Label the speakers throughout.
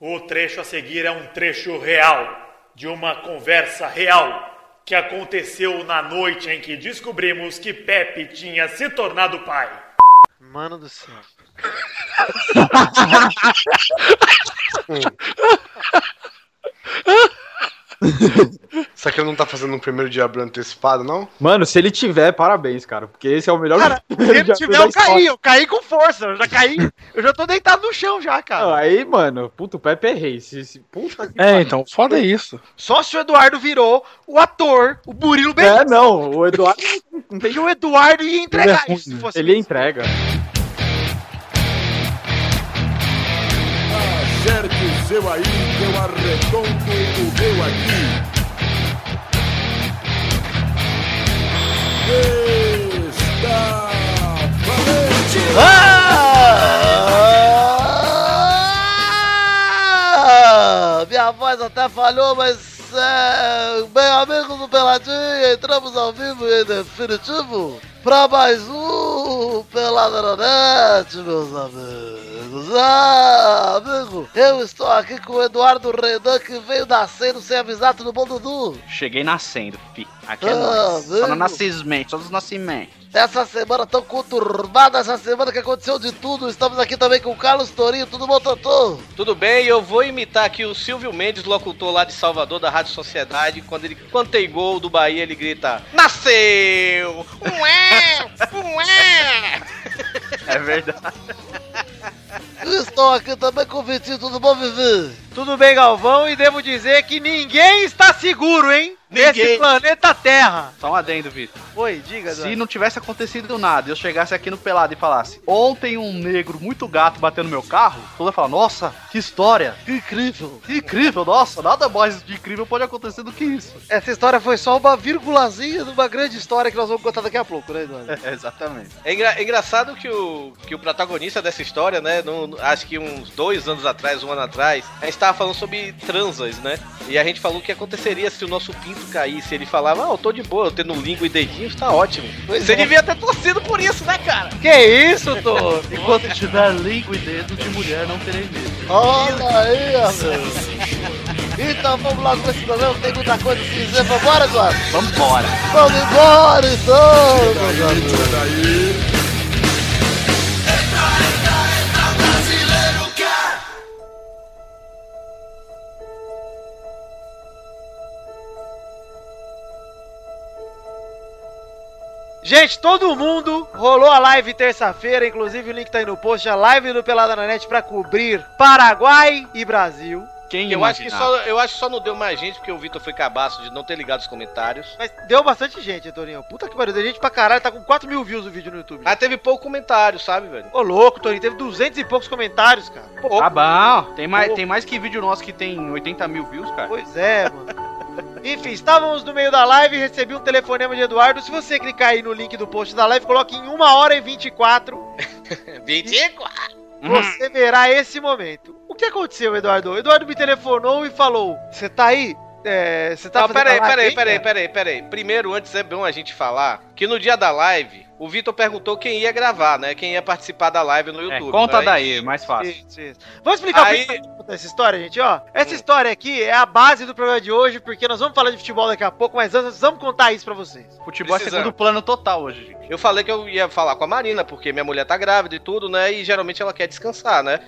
Speaker 1: O trecho a seguir é um trecho real, de uma conversa real, que aconteceu na noite em que descobrimos que Pepe tinha se tornado pai.
Speaker 2: Mano do céu.
Speaker 3: Hum. Será que ele não tá fazendo um primeiro Diablo antecipado, não?
Speaker 4: Mano, se ele tiver, parabéns, cara. Porque esse é o melhor.
Speaker 2: Cara, se
Speaker 4: primeiro
Speaker 2: ele
Speaker 4: dia
Speaker 2: tiver,
Speaker 4: da
Speaker 2: eu
Speaker 4: história.
Speaker 2: caí. Eu caí com força. Eu já caí. Eu já tô deitado no chão já,
Speaker 4: Não,
Speaker 2: cara.
Speaker 4: Aí, mano, puto, o Pepe é rei. Se, se- puta que
Speaker 5: É, então, foda é isso.
Speaker 2: Só se o Eduardo virou o ator, o Burilo bem.
Speaker 4: É, não, o Eduardo não tem
Speaker 2: E o Eduardo ia entregar
Speaker 5: Ele é
Speaker 2: isso se
Speaker 5: ruim,
Speaker 2: fosse.
Speaker 4: né? Ele entrega.
Speaker 6: Acerte o seu aí, que eu arredondo o meu aqui. Está valente!
Speaker 7: Ah! Minha voz até falhou, mas é, bem amigos do Peladinha, entramos ao vivo e em definitivo para mais um Pelada na Net, meus amigos. Ah, amigo, eu estou aqui com o Eduardo Renan que veio nascendo sem avisar todo mundo nu.
Speaker 8: Cheguei nascendo, fi. Aqui é
Speaker 7: Ah,
Speaker 8: nóis. Só
Speaker 7: velho.
Speaker 8: no nascimento, só nos nascimentos.
Speaker 7: Essa semana tão conturbada, essa semana que aconteceu de tudo. Estamos aqui também com o Carlos Torinho, tudo bom, Totô?
Speaker 9: Tudo bem, eu vou imitar aqui o Silvio Mendes, locutor lá de Salvador, da Rádio Sociedade. Quando, ele, quando tem gol do Bahia, ele grita: Nasceu! Ué! Ué!
Speaker 8: É verdade.
Speaker 7: Estou aqui também com o Vitinho, tudo bom, Vivi?
Speaker 2: Tudo bem, Galvão, e devo dizer que ninguém está seguro, hein? Nesse
Speaker 8: Ninguém.
Speaker 2: planeta Terra. É
Speaker 8: Só um adendo, Vitor.
Speaker 2: Oi, diga,
Speaker 8: Se
Speaker 2: Eduardo.
Speaker 8: não tivesse acontecido nada, eu chegasse aqui no pelado e falasse: Ontem um negro muito gato bateu no meu carro, todo mundo ia falar: Nossa, que história!
Speaker 7: Que incrível!
Speaker 8: Que incrível, nossa, nada mais de incrível pode acontecer do que isso.
Speaker 7: Essa história foi só uma virgulazinha de uma grande história que nós vamos contar daqui a pouco, né, Eduardo?
Speaker 8: É, exatamente.
Speaker 9: É, engra- é engraçado que o, que o protagonista dessa história, né? num- acho que uns dois anos atrás, um ano atrás, a gente tava falando sobre transas, né? E a gente falou o que aconteceria se o nosso pinto caísse. Ele falava, ah, eu tô de boa, eu tendo língua e dedinhos, tá ótimo. Você devia ter torcido por isso, né, cara?
Speaker 2: é. Que isso, Tô?
Speaker 8: Enquanto tiver língua e dedo de mulher, não terei medo.
Speaker 7: Olha aí, amigo! Então vamos lá com esse programa, tem muita coisa pra dizer. Vambora, Eduardo?
Speaker 8: Vambora!
Speaker 7: Vamos embora, então! meus amigos.
Speaker 2: Gente, todo mundo rolou a live terça-feira, inclusive o link tá aí no post, a live do Pelada na Net pra cobrir Paraguai e Brasil.
Speaker 8: Quem é?
Speaker 9: Eu acho, que
Speaker 8: imaginar?
Speaker 9: só, eu acho que só não deu mais gente porque o Vitor foi cabaço de não ter ligado os comentários.
Speaker 2: Mas deu bastante gente, Torinho. Puta que pariu, tem gente pra caralho, tá com 4 mil views o vídeo no YouTube.
Speaker 9: Mas teve pouco comentário, sabe, velho?
Speaker 2: Ô louco, Torinho, teve 200 e poucos comentários, cara.
Speaker 9: Pouco.
Speaker 8: Tá bom. Tem mais,
Speaker 9: Pô.
Speaker 8: tem mais que vídeo nosso que tem 80 mil views, cara.
Speaker 2: Pois é, mano. Enfim, estávamos no meio da live e recebi um telefonema de Eduardo. Se você clicar aí no link do post da live, coloque em 1 hora e 24,
Speaker 9: 25?
Speaker 8: Uhum.
Speaker 2: você verá esse momento. O que aconteceu, Eduardo? O Eduardo me telefonou e falou: Você tá aí? É, Você tá
Speaker 9: Não,
Speaker 2: fazendo
Speaker 9: peraí,
Speaker 2: a live
Speaker 9: peraí,
Speaker 2: ainda?"
Speaker 9: peraí, peraí, peraí. Primeiro, antes é bom a gente falar que no dia da live, o Vitor perguntou quem ia gravar, né? Quem ia participar da live no
Speaker 8: É,
Speaker 9: YouTube.
Speaker 8: conta
Speaker 9: Aí-
Speaker 8: daí, mais fácil.
Speaker 2: Isso, isso. Vamos explicar
Speaker 9: Aí- Hum.
Speaker 2: pra gente essa história, gente, ó. Essa história aqui é a base do programa de hoje, porque nós vamos falar de futebol daqui a pouco, mas antes nós vamos contar isso pra vocês.
Speaker 8: Futebol é
Speaker 9: Precisamos.
Speaker 8: segundo plano total hoje, gente.
Speaker 9: Eu falei que eu ia falar com a Marina, porque minha mulher tá grávida e tudo, né? E geralmente ela quer descansar, né?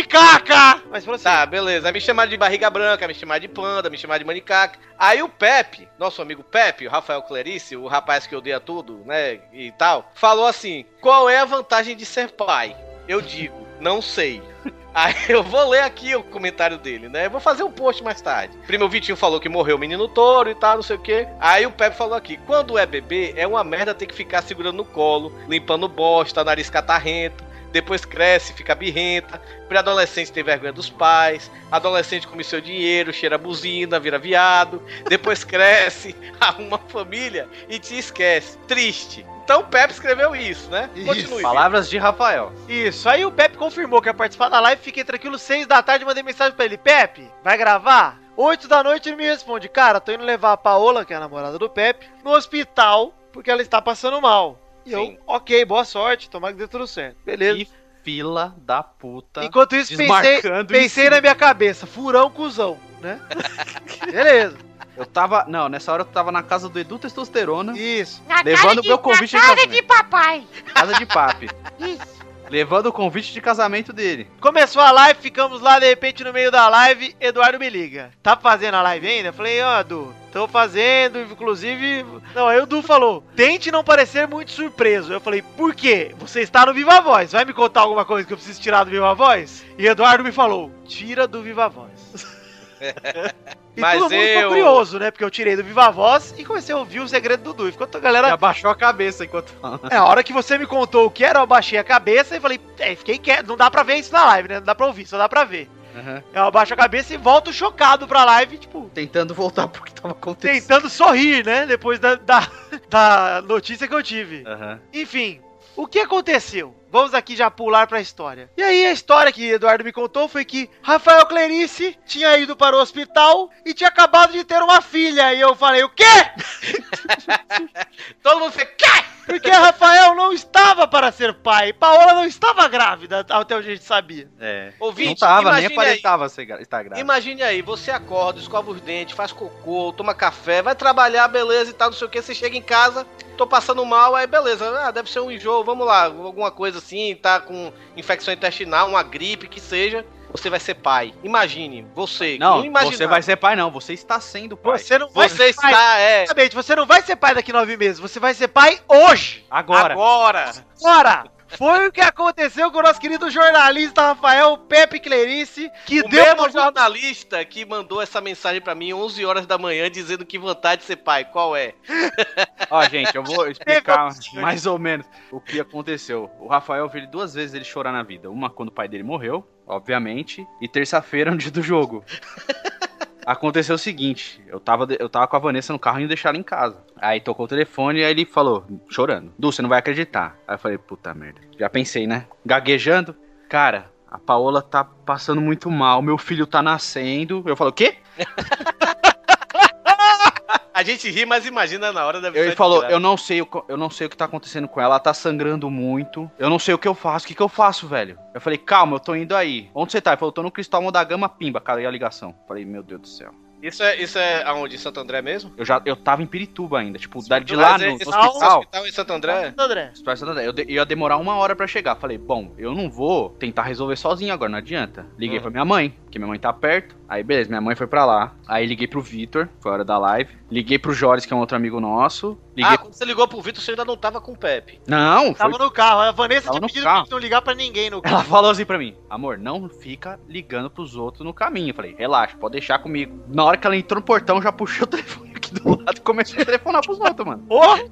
Speaker 2: Manicaca! Mas assim, pra
Speaker 9: Tá, beleza. Aí me chamaram de barriga branca, me chamaram de panda, me chamaram de manicaca. Aí o Pepe, nosso amigo Pepe, o Rafael Clarice, o rapaz que odeia tudo, né, e tal, falou assim: qual é a vantagem de ser pai? Eu digo, não sei. Aí eu vou ler aqui o comentário dele, né? Eu vou fazer um post mais tarde. Primeiro o Vitinho falou que morreu o menino touro e tal, não sei o quê. Aí o Pepe falou aqui: quando é bebê, é uma merda ter que ficar segurando no colo, limpando bosta, nariz catarrento. Depois cresce, fica birrenta. Pré-adolescente tem vergonha dos pais. Adolescente come seu dinheiro, cheira buzina, vira viado. Depois cresce, arruma família e te esquece. Triste. Então o Pepe escreveu isso, né?
Speaker 2: Isso.
Speaker 9: Continue.
Speaker 8: Palavras de Rafael.
Speaker 2: Isso, aí o Pepe confirmou que ia participar da live, fiquei tranquilo, 6 da tarde, mandei mensagem pra ele, Pepe, vai gravar? 8 da noite ele me responde, cara, tô indo levar a Paola, que é a namorada do Pepe, no hospital, porque ela está passando mal. E eu,
Speaker 9: Sim.
Speaker 2: ok, boa sorte, tomara que dê tudo certo. Beleza.
Speaker 8: E Fila da
Speaker 9: tá
Speaker 8: puta.
Speaker 2: Enquanto isso, pensei,
Speaker 8: Desmarcando
Speaker 2: pensei na minha cabeça, furão cuzão, né? Beleza.
Speaker 8: Eu tava. Não, nessa hora eu tava na casa do Edu Testosterona,
Speaker 2: Isso.
Speaker 5: Na
Speaker 8: Levando
Speaker 5: Tá cara de,
Speaker 8: meu convite
Speaker 5: na
Speaker 8: de
Speaker 5: cara
Speaker 8: casamento.
Speaker 5: de papai.
Speaker 8: casa de papi.
Speaker 5: Isso.
Speaker 8: levando o convite de casamento dele.
Speaker 2: Começou a live, ficamos lá, de repente, no meio da live, Eduardo me liga. Tá fazendo a live ainda? Eu Falei, ó, Edu, tô fazendo, inclusive... Não, aí o Edu falou, tente não parecer muito surpreso. Eu falei, por quê? Você está no Viva Voz, vai me contar alguma coisa que eu preciso tirar do Viva Voz? E Eduardo me falou, tira do Viva Voz. E
Speaker 9: Mas
Speaker 2: todo mundo
Speaker 9: eu-
Speaker 2: ficou curioso, né? Porque eu tirei do Viva Voz e comecei a ouvir o segredo do Dudu. E Ficou toda a galera
Speaker 8: E abaixou a cabeça enquanto falava.
Speaker 2: É, a hora que você me contou o que era, eu abaixei a cabeça e falei, é, fiquei quieto, não dá pra ver isso na live, né? Não dá pra ouvir, só dá pra ver. Eu abaixo a cabeça e volto chocado pra live, tipo,
Speaker 8: Tentando voltar pro que tava acontecendo.
Speaker 2: tentando sorrir, né? Depois da, da, da notícia que eu tive.
Speaker 8: Aham.
Speaker 2: Enfim, o que aconteceu? Vamos aqui já pular pra história. E aí, a história que Eduardo me contou foi que Rafael Clerice tinha ido para o hospital e tinha acabado de ter uma filha. E eu falei, o quê?
Speaker 9: Todo mundo fica. "Quê?"
Speaker 2: Porque Rafael não estava para ser pai. Paola não estava grávida, até onde a gente sabia.
Speaker 8: É.
Speaker 9: Ouvinte,
Speaker 8: Não tava, nem
Speaker 9: imagine aí.
Speaker 8: aparentava ser gra- estar grávida.
Speaker 9: Imagine aí, você acorda, escova os dentes, faz cocô, toma café, vai trabalhar, beleza e tal, não sei o que, você chega em casa, tô passando mal, aí beleza, ah, deve ser um enjoo, vamos lá, alguma coisa assim, tá com infecção intestinal, uma gripe, que seja, você vai ser pai. Imagine, você,
Speaker 8: Não,
Speaker 9: imagina.
Speaker 8: você vai ser pai não, você está sendo pai.
Speaker 2: Você não vai
Speaker 9: Você
Speaker 2: ser pai.
Speaker 9: está, é,
Speaker 2: Exatamente, você não vai ser pai daqui nove meses, você vai ser pai hoje.
Speaker 8: Agora.
Speaker 9: agora.
Speaker 2: Ora, foi o que aconteceu com o nosso querido jornalista Rafael Pepe Clerice, que
Speaker 9: o
Speaker 2: deu
Speaker 9: mesmo
Speaker 2: uma-
Speaker 9: jornalista que mandou essa mensagem pra mim 11 horas da manhã dizendo que vontade de ser pai, qual é?
Speaker 8: Ó, gente, eu vou explicar mais ou menos o que aconteceu. O Rafael, eu vi ele duas vezes ele chorar na vida. Uma quando o pai dele morreu, obviamente, e terça-feira no dia do jogo. Aconteceu o seguinte, eu tava, eu tava com a Vanessa no carro e deixar ela em casa. Aí tocou o telefone e aí ele falou, chorando, Du, você não vai acreditar. Aí eu falei, puta merda. Já pensei, né? Gaguejando. Cara,
Speaker 2: Ah,
Speaker 8: a Paola tá passando muito mal, meu filho tá nascendo. Eu falo, o quê?
Speaker 9: A gente ri, mas imagina na hora da
Speaker 8: Eu- Ele falou, eu não sei, o co- eu não sei o que tá acontecendo com ela, ela tá sangrando muito. Eu não sei o que eu faço, o que, que eu faço, velho? Eu falei, calma, eu tô indo aí. Onde você tá? Ele falou, tô no Cristal da Gama, pimba, caiu a ligação. Eu Falei, meu Deus do céu.
Speaker 9: Isso é, isso é aonde? Em Santo André mesmo?
Speaker 8: Eu já, eu tava em Pirituba ainda, tipo, da- de lá
Speaker 9: Mas
Speaker 8: no,
Speaker 9: é-
Speaker 8: no
Speaker 9: esse
Speaker 8: hospital.
Speaker 9: hospital em Santo André?
Speaker 2: André.
Speaker 8: Hospital de Santo André. Eu de- ia demorar uma hora pra chegar. Falei, bom, eu não vou tentar resolver sozinho agora, não adianta. Liguei
Speaker 9: Uhum.
Speaker 8: pra minha mãe, que minha mãe tá perto. Aí, beleza, minha mãe foi pra lá. Aí liguei pro Vitor, foi a hora da live. Liguei pro Joris, que é um outro amigo nosso. Liguei.
Speaker 9: Ah, quando você ligou pro Vitor, você ainda não tava com o Pepe.
Speaker 8: Não, foi
Speaker 2: Tava no carro, a Vanessa
Speaker 8: Tava
Speaker 2: tinha
Speaker 8: no
Speaker 2: pedido
Speaker 8: carro.
Speaker 2: pra não ligar pra ninguém no
Speaker 8: Ela
Speaker 2: carro.
Speaker 8: falou assim pra mim, amor, não fica ligando pros outros no caminho. Eu falei, relaxa, pode deixar comigo. Na hora que ela entrou no portão, eu já puxei o telefone aqui do lado e comecei a telefonar pros outros, mano.
Speaker 2: Porra!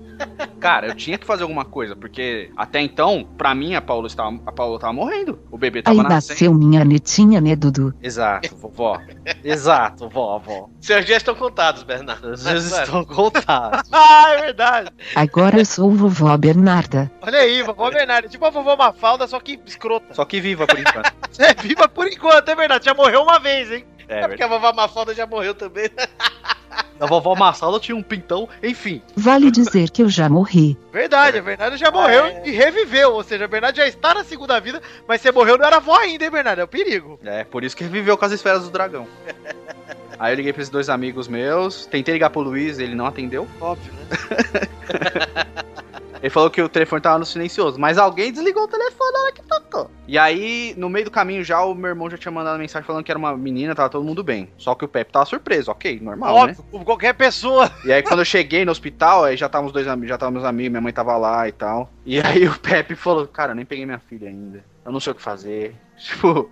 Speaker 8: Cara, eu tinha que fazer alguma coisa, porque até então, pra mim, a Paula estava, a Paula estava morrendo. O bebê
Speaker 5: Aí
Speaker 8: tava nascendo.
Speaker 5: nasceu minha netinha, né, Dudu?
Speaker 8: Exato, vovó. Exato, vovó.
Speaker 9: Seus dias estão contados, Bernardo.
Speaker 8: Às vezes estão contados.
Speaker 2: Ah, é verdade.
Speaker 5: Agora eu sou vovó Bernarda.
Speaker 2: Olha aí, vovó Bernardo, tipo a vovó Mafalda, só que escrota.
Speaker 8: Só que viva por enquanto.
Speaker 2: É viva por enquanto, é verdade, já morreu uma vez, hein?
Speaker 8: É,
Speaker 9: É porque a vovó Mafalda já morreu também.
Speaker 8: a vovó Marçala tinha um pintão, enfim.
Speaker 5: Vale dizer que eu já morri.
Speaker 2: Verdade, a Bernardo já morreu e reviveu, ou seja, a Bernardo já está na segunda vida, mas você morreu não era avó ainda, hein, Bernardo? É
Speaker 9: um
Speaker 2: o perigo.
Speaker 8: É, por isso que ele viveu com as esferas do dragão. Aí eu liguei pra esses dois amigos meus, tentei ligar pro Luiz, ele não atendeu.
Speaker 2: Óbvio, né?
Speaker 8: Ele falou que o telefone tava no silencioso, mas alguém desligou o telefone na hora que tocou. E aí, no meio do caminho já, o meu irmão já tinha mandado mensagem falando que era uma menina, tava todo mundo bem. Só que o Pepe tava surpreso, ok, normal, né?
Speaker 2: Óbvio, como qualquer pessoa.
Speaker 8: E aí quando eu cheguei no hospital, aí já estavam os dois amigos, já estavam meus amigos, minha mãe tava lá e tal. E aí o Pepe falou, cara, eu nem peguei minha filha ainda. Eu não sei o que fazer. Tipo.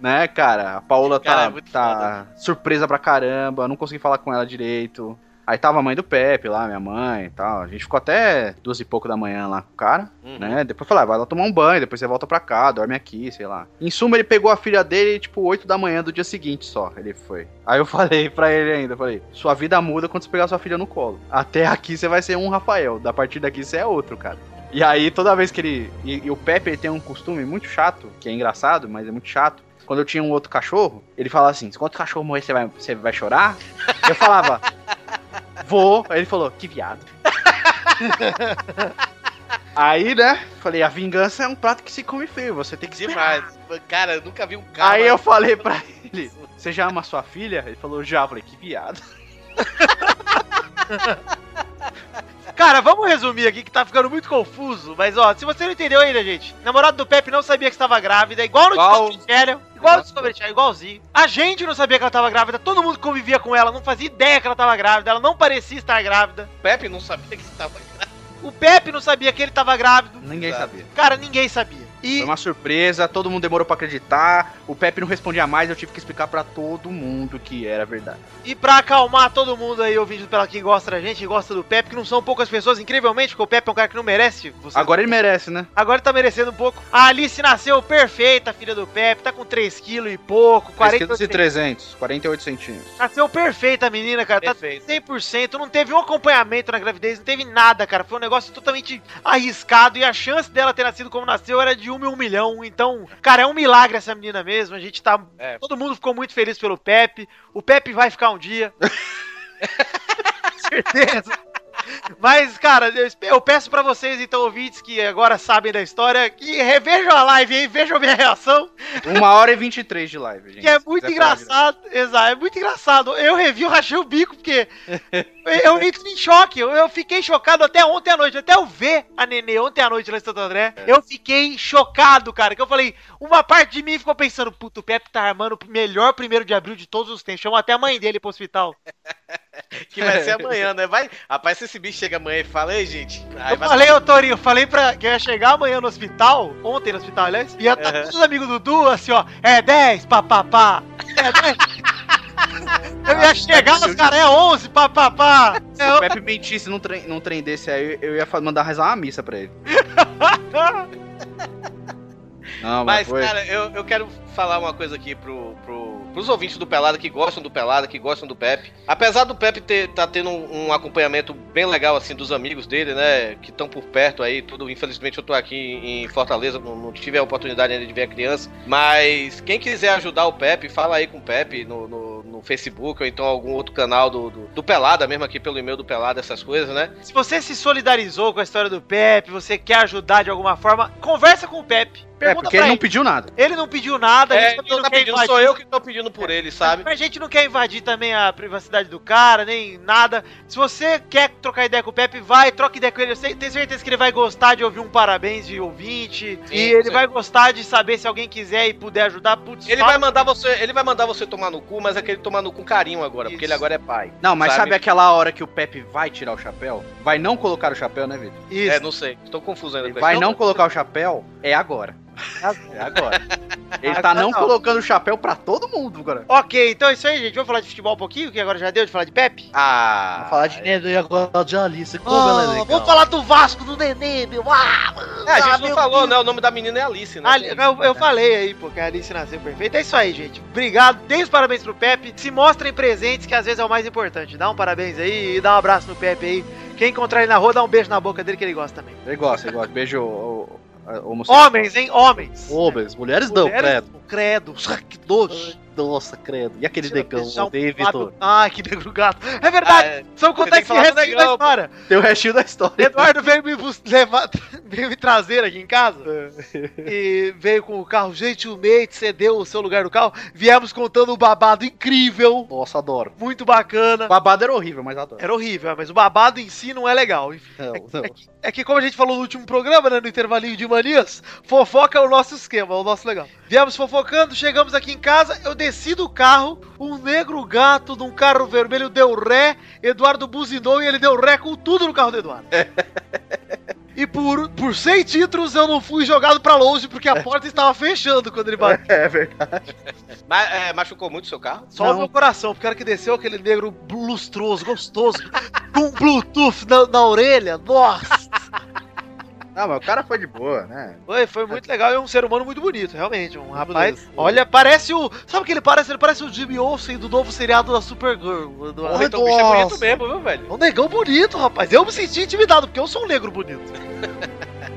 Speaker 8: né, cara? A Paola
Speaker 9: Cara, é
Speaker 8: tá,
Speaker 9: muito
Speaker 8: tá surpresa pra caramba, não consegui falar com ela direito. Aí tava a mãe do Pepe lá, minha mãe e tal. A gente ficou até duas e pouco da manhã lá com o cara, né? Depois eu falei, ah, vai lá tomar um banho, depois você volta pra cá, dorme aqui, sei lá. Em suma, ele pegou a filha dele, tipo, 8 da manhã do dia seguinte só. Ele foi. Aí eu falei pra ele ainda, eu falei, sua vida muda quando você pegar sua filha no colo. Até aqui você vai ser um Rafael, da partir daqui você é outro, cara. E aí, toda vez que ele. E, e o Pepe ele tem um costume muito chato, que é engraçado, mas é muito chato. Quando eu tinha um outro cachorro, ele falava assim: quando o cachorro morrer, você vai, você vai chorar? Eu falava, vou. Aí ele falou, que viado. Aí, né? Falei, a vingança é um prato que se come frio, você tem que se
Speaker 9: Demais. Cara, eu nunca vi um cara.
Speaker 8: Aí
Speaker 9: mais-
Speaker 8: eu falei pra ele, você já ama sua filha? Ele falou, já. Eu falei, que viado.
Speaker 2: Cara, vamos resumir aqui que tá ficando muito confuso. Mas ó, se você não entendeu ainda, gente, namorado do Pepe não sabia que estava grávida, igual no
Speaker 9: Igual-
Speaker 2: Discovery Channel, igual no Discovery Channel, igualzinho. A gente não sabia que ela estava grávida, todo mundo que convivia com ela não fazia ideia que ela estava grávida, ela não parecia estar grávida.
Speaker 9: O Pepe não sabia que estava grávida.
Speaker 2: O Pepe não sabia que ele estava grávido.
Speaker 8: Ninguém
Speaker 9: Exato.
Speaker 8: sabia.
Speaker 2: Cara, ninguém sabia. E
Speaker 8: Foi uma surpresa, todo mundo demorou pra acreditar. O Pepe não respondia mais, eu tive que explicar pra todo mundo que era verdade.
Speaker 2: E pra acalmar todo mundo aí, ouvindo pela quem gosta da gente, gosta do Pepe, que não são poucas pessoas, incrivelmente, porque o Pepe é um cara que não merece. Você...
Speaker 8: Agora ele merece, né?
Speaker 2: Agora tá merecendo um pouco. A Alice nasceu perfeita, filha do Pepe, tá com 3 kg e pouco, 40
Speaker 8: 3 300, 48 centímetros.
Speaker 2: Nasceu perfeita a menina, cara, tá
Speaker 9: Perfeito.
Speaker 2: 100%, não teve um acompanhamento na gravidez, não teve nada, cara. Foi um negócio totalmente arriscado e a chance dela ter nascido como nasceu era de 1 em 1 milhão. Então, cara, é um milagre essa menina mesmo. A gente tá.
Speaker 9: É.
Speaker 2: Todo mundo ficou muito feliz pelo Pepe. O Pepe vai ficar um dia. Certeza. Mas, cara, eu, espe- eu peço pra vocês, então, ouvintes que agora sabem da história, que revejam a live aí, vejam a minha reação,
Speaker 8: Uma hora e 23 de live, gente.
Speaker 2: que é
Speaker 8: Se
Speaker 2: muito
Speaker 8: quiser falar direto.
Speaker 2: engraçado. Exato, é muito engraçado. Eu revi, eu rachei o bico, porque eu entro em choque. Eu, eu fiquei chocado até ontem à noite, até eu ver a Nenê ontem à noite lá em Santo André.
Speaker 8: É.
Speaker 2: Eu fiquei chocado, cara, que eu falei, uma parte de mim ficou pensando, puto, o Pepe tá armando o melhor primeiro de abril de todos os tempos. Chamou até a mãe dele pro hospital.
Speaker 9: Que vai ser amanhã, né? Vai. Rapaz, se esse bicho chega amanhã e fala, ei, gente. Aí
Speaker 2: Eu
Speaker 9: vai-
Speaker 2: falei, ô Torinho, eu falei pra que eu ia chegar amanhã no hospital, ontem no hospital, aliás, e ia estar todos os amigos do Du, assim, ó, é 10, papapá, é 10. eu
Speaker 9: Ah,
Speaker 2: ia chegar, os caras, é 11, papapá.
Speaker 8: Se o
Speaker 2: É,
Speaker 8: Pepe mentisse num trem, num trem desse aí, eu ia fa- mandar rezar uma missa pra ele. Não, mas,
Speaker 9: Mas,
Speaker 8: foi.
Speaker 9: cara, eu, eu quero falar uma coisa aqui pro, pro, pros ouvintes do Pelada que gostam do Pelada, que gostam do Pepe. Apesar do Pepe ter, tá tendo um, um acompanhamento bem legal, assim, dos amigos dele, né? Que estão por perto aí, tudo. Infelizmente eu tô aqui em Fortaleza, não, não tive a oportunidade ainda de ver a criança. Mas quem quiser ajudar o Pepe, fala aí com o Pepe no. no no Facebook ou então algum outro canal do, do, do Pelada, mesmo aqui pelo e-mail do Pelada, essas coisas, né?
Speaker 2: Se você se solidarizou com a história do Pepe, você quer ajudar de alguma forma, conversa com o Pepe.
Speaker 8: É,
Speaker 2: Pergunta
Speaker 8: porque
Speaker 2: pra
Speaker 8: ele
Speaker 2: ele.
Speaker 8: não pediu nada.
Speaker 2: Ele não pediu nada, a gente
Speaker 9: É,
Speaker 2: também
Speaker 9: não
Speaker 2: não
Speaker 9: tá
Speaker 2: quer
Speaker 9: pedindo,
Speaker 2: invadir.
Speaker 9: sou eu que tô pedindo por ele, sabe?
Speaker 2: A gente não quer invadir também a privacidade do cara, nem nada. Se você quer trocar ideia com o Pepe, vai, troca ideia com ele. Eu sei- tenho certeza que ele vai gostar de ouvir um parabéns de ouvinte.
Speaker 9: Sim,
Speaker 2: e ele
Speaker 9: sim.
Speaker 2: vai gostar de saber se alguém quiser e puder ajudar. Putz,
Speaker 9: Ele
Speaker 2: fala-
Speaker 9: vai mandar você, ele vai mandar você tomar no cu, mas é aquele tomar no cu com carinho agora, porque ele
Speaker 2: Isso.
Speaker 9: agora é pai.
Speaker 8: Não, mas
Speaker 9: Sabe?
Speaker 8: sabe, aquela hora que o Pepe vai tirar o chapéu? Vai não colocar o chapéu, né, Vitor?
Speaker 2: Isso.
Speaker 9: É, não sei, estou confuso ainda com
Speaker 8: Vai
Speaker 9: isso.
Speaker 8: não colocar o chapéu? É agora. É agora. Ele tá
Speaker 2: Agora
Speaker 8: não
Speaker 2: não.
Speaker 8: colocando o chapéu pra todo mundo, cara.
Speaker 2: Ok, então é isso aí, gente. Vamos falar de futebol um pouquinho, que agora já deu de falar de Pepe? Ah,
Speaker 9: Ah,
Speaker 7: Vamos falar de Nenê agora, de Alice. Como ela é legal.
Speaker 2: vamos falar do Vasco, do Nenê, meu. Ah, mano,
Speaker 9: é, a gente
Speaker 2: ah,
Speaker 9: não
Speaker 2: meu
Speaker 9: falou,
Speaker 2: Deus.
Speaker 9: né? O nome da menina é Alice, né?
Speaker 2: Ali- eu, eu falei aí, pô, que a Alice nasceu perfeita. É isso aí, gente. Obrigado. Deem os parabéns pro Pepe. Se mostrem presentes, que às vezes é o mais importante. Dá um parabéns aí e dá um abraço no Pepe aí. Quem encontrar ele na rua, dá um beijo na boca dele que ele gosta também.
Speaker 8: Ele gosta, ele gosta. Beijo o, o, homossexual.
Speaker 2: Homens, hein? Homens.
Speaker 7: Homens, mulheres não,
Speaker 2: Mulheres,
Speaker 7: credo.
Speaker 2: Credo. Que nojo.
Speaker 7: Nossa, credo. E aquele negão,
Speaker 2: Beijar um
Speaker 7: odeio,
Speaker 2: gato.
Speaker 7: Vitor.
Speaker 2: Ai, que negro gato. É
Speaker 9: Ah,
Speaker 2: verdade.
Speaker 9: é.
Speaker 2: São
Speaker 9: tem que
Speaker 2: contextos
Speaker 9: falar do
Speaker 2: recentes da
Speaker 9: negão, pô.
Speaker 2: história.
Speaker 8: Tem o restinho da história.
Speaker 2: Eduardo veio me, bus- levar, veio me trazer aqui em casa.
Speaker 8: É.
Speaker 2: e veio com o carro gentilmente, cedeu o seu lugar no carro. Viemos contando um babado incrível.
Speaker 8: Nossa, adoro.
Speaker 2: muito bacana.
Speaker 8: Babado era horrível, mas adoro.
Speaker 2: Era horrível, mas o babado em si não é legal. Enfim,
Speaker 8: Não, não.
Speaker 2: É que como a gente falou no último programa, né, no intervalinho de manias, fofoca é o nosso esquema, é o nosso legal. Viemos fofocando, chegamos aqui em casa, eu desci do carro, um negro gato de um carro vermelho deu ré, Eduardo buzinou e ele deu ré com tudo no carro do Eduardo. E por, por 100 títulos eu não fui jogado pra longe porque a porta estava fechando quando ele bateu.
Speaker 8: É verdade.
Speaker 9: Ma- é, machucou muito o seu carro?
Speaker 2: Só o meu coração, porque a hora que desceu aquele negro lustroso, gostoso, com Bluetooth na, na orelha, nossa!
Speaker 8: Não, Ah, mas o cara foi de boa, né?
Speaker 2: Foi, foi muito legal e é um ser humano muito bonito, realmente. Um rapaz. Olha, parece o. Sabe o que ele parece? Ele parece o Jimmy Olsen do novo seriado da Supergirl. Do...
Speaker 9: Porra, então o bicho é bonito mesmo, viu, velho?
Speaker 2: É um negão bonito, rapaz. Eu me senti intimidado, porque eu sou um negro bonito.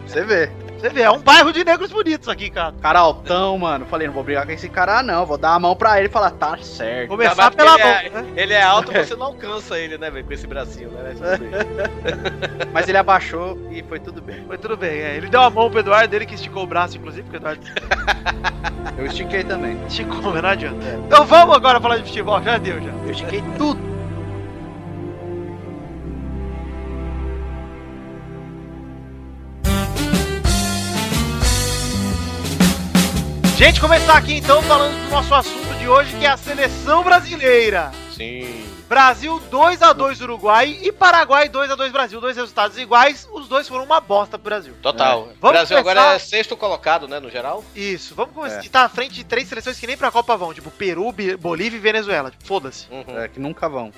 Speaker 8: Você vê.
Speaker 2: Você vê, é um bairro de negros bonitos aqui, cara.
Speaker 8: Cara altão, mano. Falei, não vou brigar com esse cara, não. Vou dar a mão pra ele e falar, tá certo.
Speaker 2: Começar
Speaker 9: Ainda
Speaker 2: pela
Speaker 9: mais
Speaker 2: mão,
Speaker 9: que ele
Speaker 2: né?
Speaker 9: Ele é alto, você não alcança ele, né, velho? Com esse bracinho, né? Mas
Speaker 2: É.
Speaker 9: tudo bem.
Speaker 8: Mas ele abaixou e foi tudo bem.
Speaker 2: Mas tudo bem, é. Ele deu a mão pro Eduardo, ele que esticou o braço, inclusive, porque o Eduardo
Speaker 8: Eu estiquei também.
Speaker 2: esticou, mas não adianta. Então vamos agora falar de futebol, já deu, já.
Speaker 8: Eu estiquei tudo.
Speaker 2: Gente, começar aqui então falando do nosso assunto de hoje, que é a seleção brasileira.
Speaker 9: Sim.
Speaker 2: Brasil 2x2 Uruguai e Paraguai 2x2 Brasil. Dois resultados iguais, os dois foram uma bosta pro Brasil.
Speaker 9: Total. O
Speaker 2: Vamos
Speaker 9: Brasil agora
Speaker 2: começar?
Speaker 9: é sexto colocado, né, no geral?
Speaker 2: Isso, vamos
Speaker 8: É.
Speaker 2: começar. Que tá à frente de três seleções que nem pra Copa vão, tipo Peru, Bi- Bolívia e Venezuela. Tipo, Foda-se.
Speaker 9: Uhum.
Speaker 8: É, que nunca vão.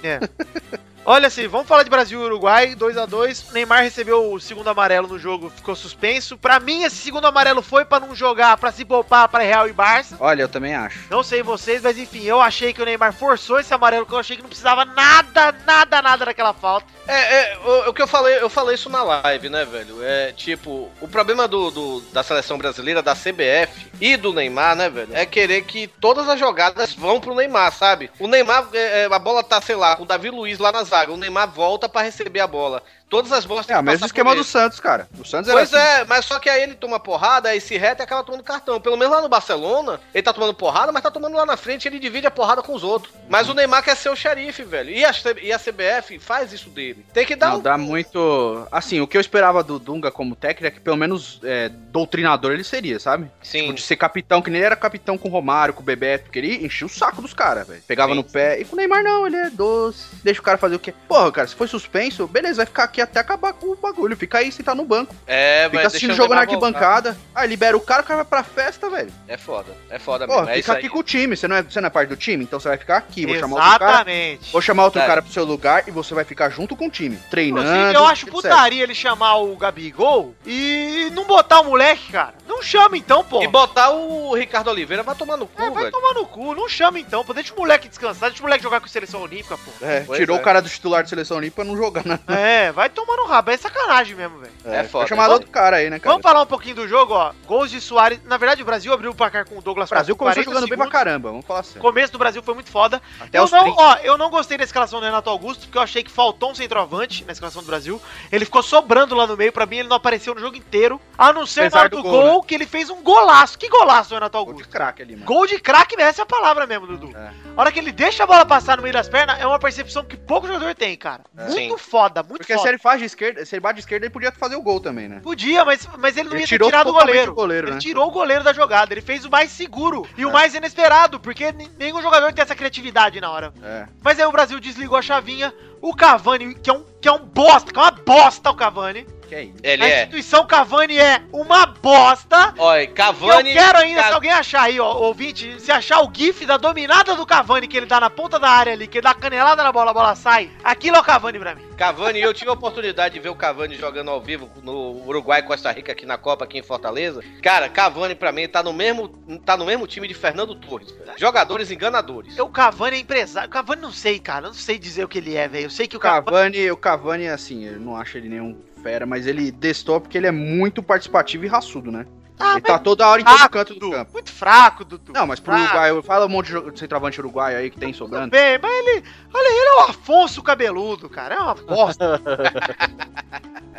Speaker 2: Olha assim, vamos falar de Brasil e Uruguai, 2 a 2 Neymar recebeu o segundo amarelo no jogo, ficou suspenso. Pra mim, esse segundo amarelo foi pra não jogar, pra se poupar pra Real e Barça.
Speaker 8: Olha, eu também acho.
Speaker 2: Não sei vocês, mas enfim, eu achei que o Neymar forçou esse amarelo, que eu achei que não precisava nada, nada, nada daquela falta.
Speaker 9: É, é, o, o que eu falei, eu falei isso na live, né, velho? É tipo, o problema do, do- da seleção brasileira, da CBF e do Neymar, né, velho? É querer que todas as jogadas vão pro Neymar, sabe? O Neymar, é, é, a bola tá, sei lá, com o Davi Luiz lá na zaga. O Neymar volta pra receber a bola. Todas as bolas
Speaker 8: É, o mesmo
Speaker 9: passar
Speaker 8: esquema
Speaker 9: por
Speaker 8: do
Speaker 9: ele.
Speaker 8: Santos, cara. O Santos era
Speaker 9: Pois
Speaker 8: assim.
Speaker 9: é, mas só que aí ele toma porrada, aí se reta e acaba tomando cartão. Pelo menos lá no Barcelona, ele tá tomando porrada, mas tá tomando lá na frente, ele divide a porrada com os outros. Mas o Neymar quer ser o xerife, velho. E a, e a CBF faz isso dele. Tem que dar
Speaker 8: Não,
Speaker 9: um-
Speaker 8: dá muito. Assim, o que eu esperava do Dunga como técnico é que pelo menos é, doutrinador ele seria, sabe? Tipo,
Speaker 9: Sim.
Speaker 8: De ser capitão, que nem ele era capitão com o Romário, com o Bebeto, porque ele enchia o saco dos caras, velho. Pegava
Speaker 9: Sim.
Speaker 8: no pé. E com o Neymar não, ele é doce. Deixa o cara fazer o quê? Porra, cara, se foi suspenso, beleza, vai ficar aqui até acabar com o bagulho. Fica aí sentado no banco.
Speaker 9: É,
Speaker 8: Fica assistindo o jogo na arquibancada. Aí libera o cara, o cara vai pra festa, velho.
Speaker 9: É foda, é foda mesmo.
Speaker 8: Porra,
Speaker 9: é isso
Speaker 8: fica
Speaker 9: aí.
Speaker 8: aqui com o time. Você não, é, você não é parte do time? Então você vai ficar aqui. Vou chamar outro cara.
Speaker 2: Exatamente.
Speaker 8: Vou chamar outro
Speaker 9: É.
Speaker 8: cara pro seu lugar e você vai ficar junto com o time. Treinando.
Speaker 2: Inclusive, eu acho
Speaker 8: etc.
Speaker 2: putaria ele chamar o Gabigol e não botar o moleque, cara. Não chama então, pô.
Speaker 9: E botar o Ricardo Oliveira vai tomar no cu,
Speaker 2: É, vai
Speaker 9: velho.
Speaker 2: tomar no cu, não chama então, pô. Deixa o moleque descansar, deixa o moleque jogar com a seleção olímpica, pô.
Speaker 8: É,
Speaker 9: Pois
Speaker 8: tirou
Speaker 9: é.
Speaker 8: o cara do titular de seleção ali pra não jogar na.
Speaker 2: É, vai tomar no rabo, é sacanagem mesmo, velho.
Speaker 9: É foda.
Speaker 8: Vai chamar
Speaker 9: Vamos-
Speaker 8: outro cara aí, né, cara?
Speaker 2: Vamos falar um pouquinho do jogo, ó. Gols de Soares. Na verdade, o Brasil abriu o placar com o Douglas
Speaker 8: o Brasil
Speaker 2: Costa, 40
Speaker 8: começou jogando bem pra
Speaker 2: segundos.
Speaker 8: caramba, vamos falar assim.
Speaker 2: O começo do Brasil foi muito foda.
Speaker 8: Até
Speaker 2: eu,
Speaker 8: os
Speaker 2: não,
Speaker 8: 30.
Speaker 2: ó, eu não gostei da escalação do Renato Augusto, porque eu achei que faltou um centroavante na escalação do Brasil. Ele ficou sobrando lá no meio, pra mim ele não apareceu no jogo inteiro. A não ser na
Speaker 8: Apesar
Speaker 2: hora do,
Speaker 8: do
Speaker 2: gol,
Speaker 8: gol, né?
Speaker 2: que ele fez um golaço. Que golaço, Renato
Speaker 8: Gol de
Speaker 2: Augusto?
Speaker 8: craque ali, mano.
Speaker 2: Gol de craque, né? Essa é a palavra mesmo, Dudu.
Speaker 8: É.
Speaker 2: A hora que ele deixa a bola passar no meio das pernas, é uma percepção que pouco jogador tem, cara. Muito foda, muito
Speaker 8: É. Porque se
Speaker 2: foda.
Speaker 8: ele faz de esquerda, se ele bate de esquerda, ele podia fazer o gol também, né?
Speaker 2: Podia, mas, mas ele não
Speaker 8: Ele
Speaker 2: ia ter
Speaker 8: tirou
Speaker 2: tirado o
Speaker 8: totalmente
Speaker 2: goleiro.
Speaker 8: o goleiro,
Speaker 2: ele
Speaker 8: né?
Speaker 2: tirou o goleiro da jogada. Ele fez o mais seguro e o mais inesperado, porque n- nenhum jogador tem essa criatividade na hora.
Speaker 8: É.
Speaker 2: Mas aí o Brasil desligou a chavinha. O Cavani, que é um, que é um bosta, que é uma bosta o Cavani.
Speaker 8: Que é isso.
Speaker 9: Ele
Speaker 2: a
Speaker 9: é.
Speaker 2: instituição Cavani é uma bosta.
Speaker 9: Olha, Cavani. tá
Speaker 2: Eu quero ainda,
Speaker 9: Ca-
Speaker 2: se alguém achar aí, ó, ouvinte, se achar o gif da dominada do Cavani que ele dá na ponta da área ali, que ele dá a canelada na bola, a bola sai. Aquilo é o Cavani pra mim.
Speaker 9: Cavani, eu tive a oportunidade de ver o Cavani jogando ao vivo no Uruguai e Costa Rica aqui na Copa, aqui em Fortaleza. Cara, Cavani pra mim tá no mesmo, tá no mesmo time de Fernando Torres. velho. Jogadores enganadores.
Speaker 2: O Cavani é empresário. O Cavani não sei, cara. Eu não sei dizer o que ele é, velho. Eu sei que
Speaker 8: O
Speaker 2: o Cavani.
Speaker 8: Cavani, o Cavani, assim, eu não acho ele nenhum fera, mas ele destou porque ele é muito participativo e raçudo, né?
Speaker 2: Ah,
Speaker 8: ele tá toda hora em todo canto do campo.
Speaker 2: Muito fraco, Dudu.
Speaker 8: Não, mas pro
Speaker 2: Ah.
Speaker 8: Uruguai, eu falo um monte de jo- centroavante uruguaio aí que tem
Speaker 2: Tudo
Speaker 8: sobrando.
Speaker 2: bem, mas ele. Olha, ele é o Afonso Cabeludo, cara. É uma bosta.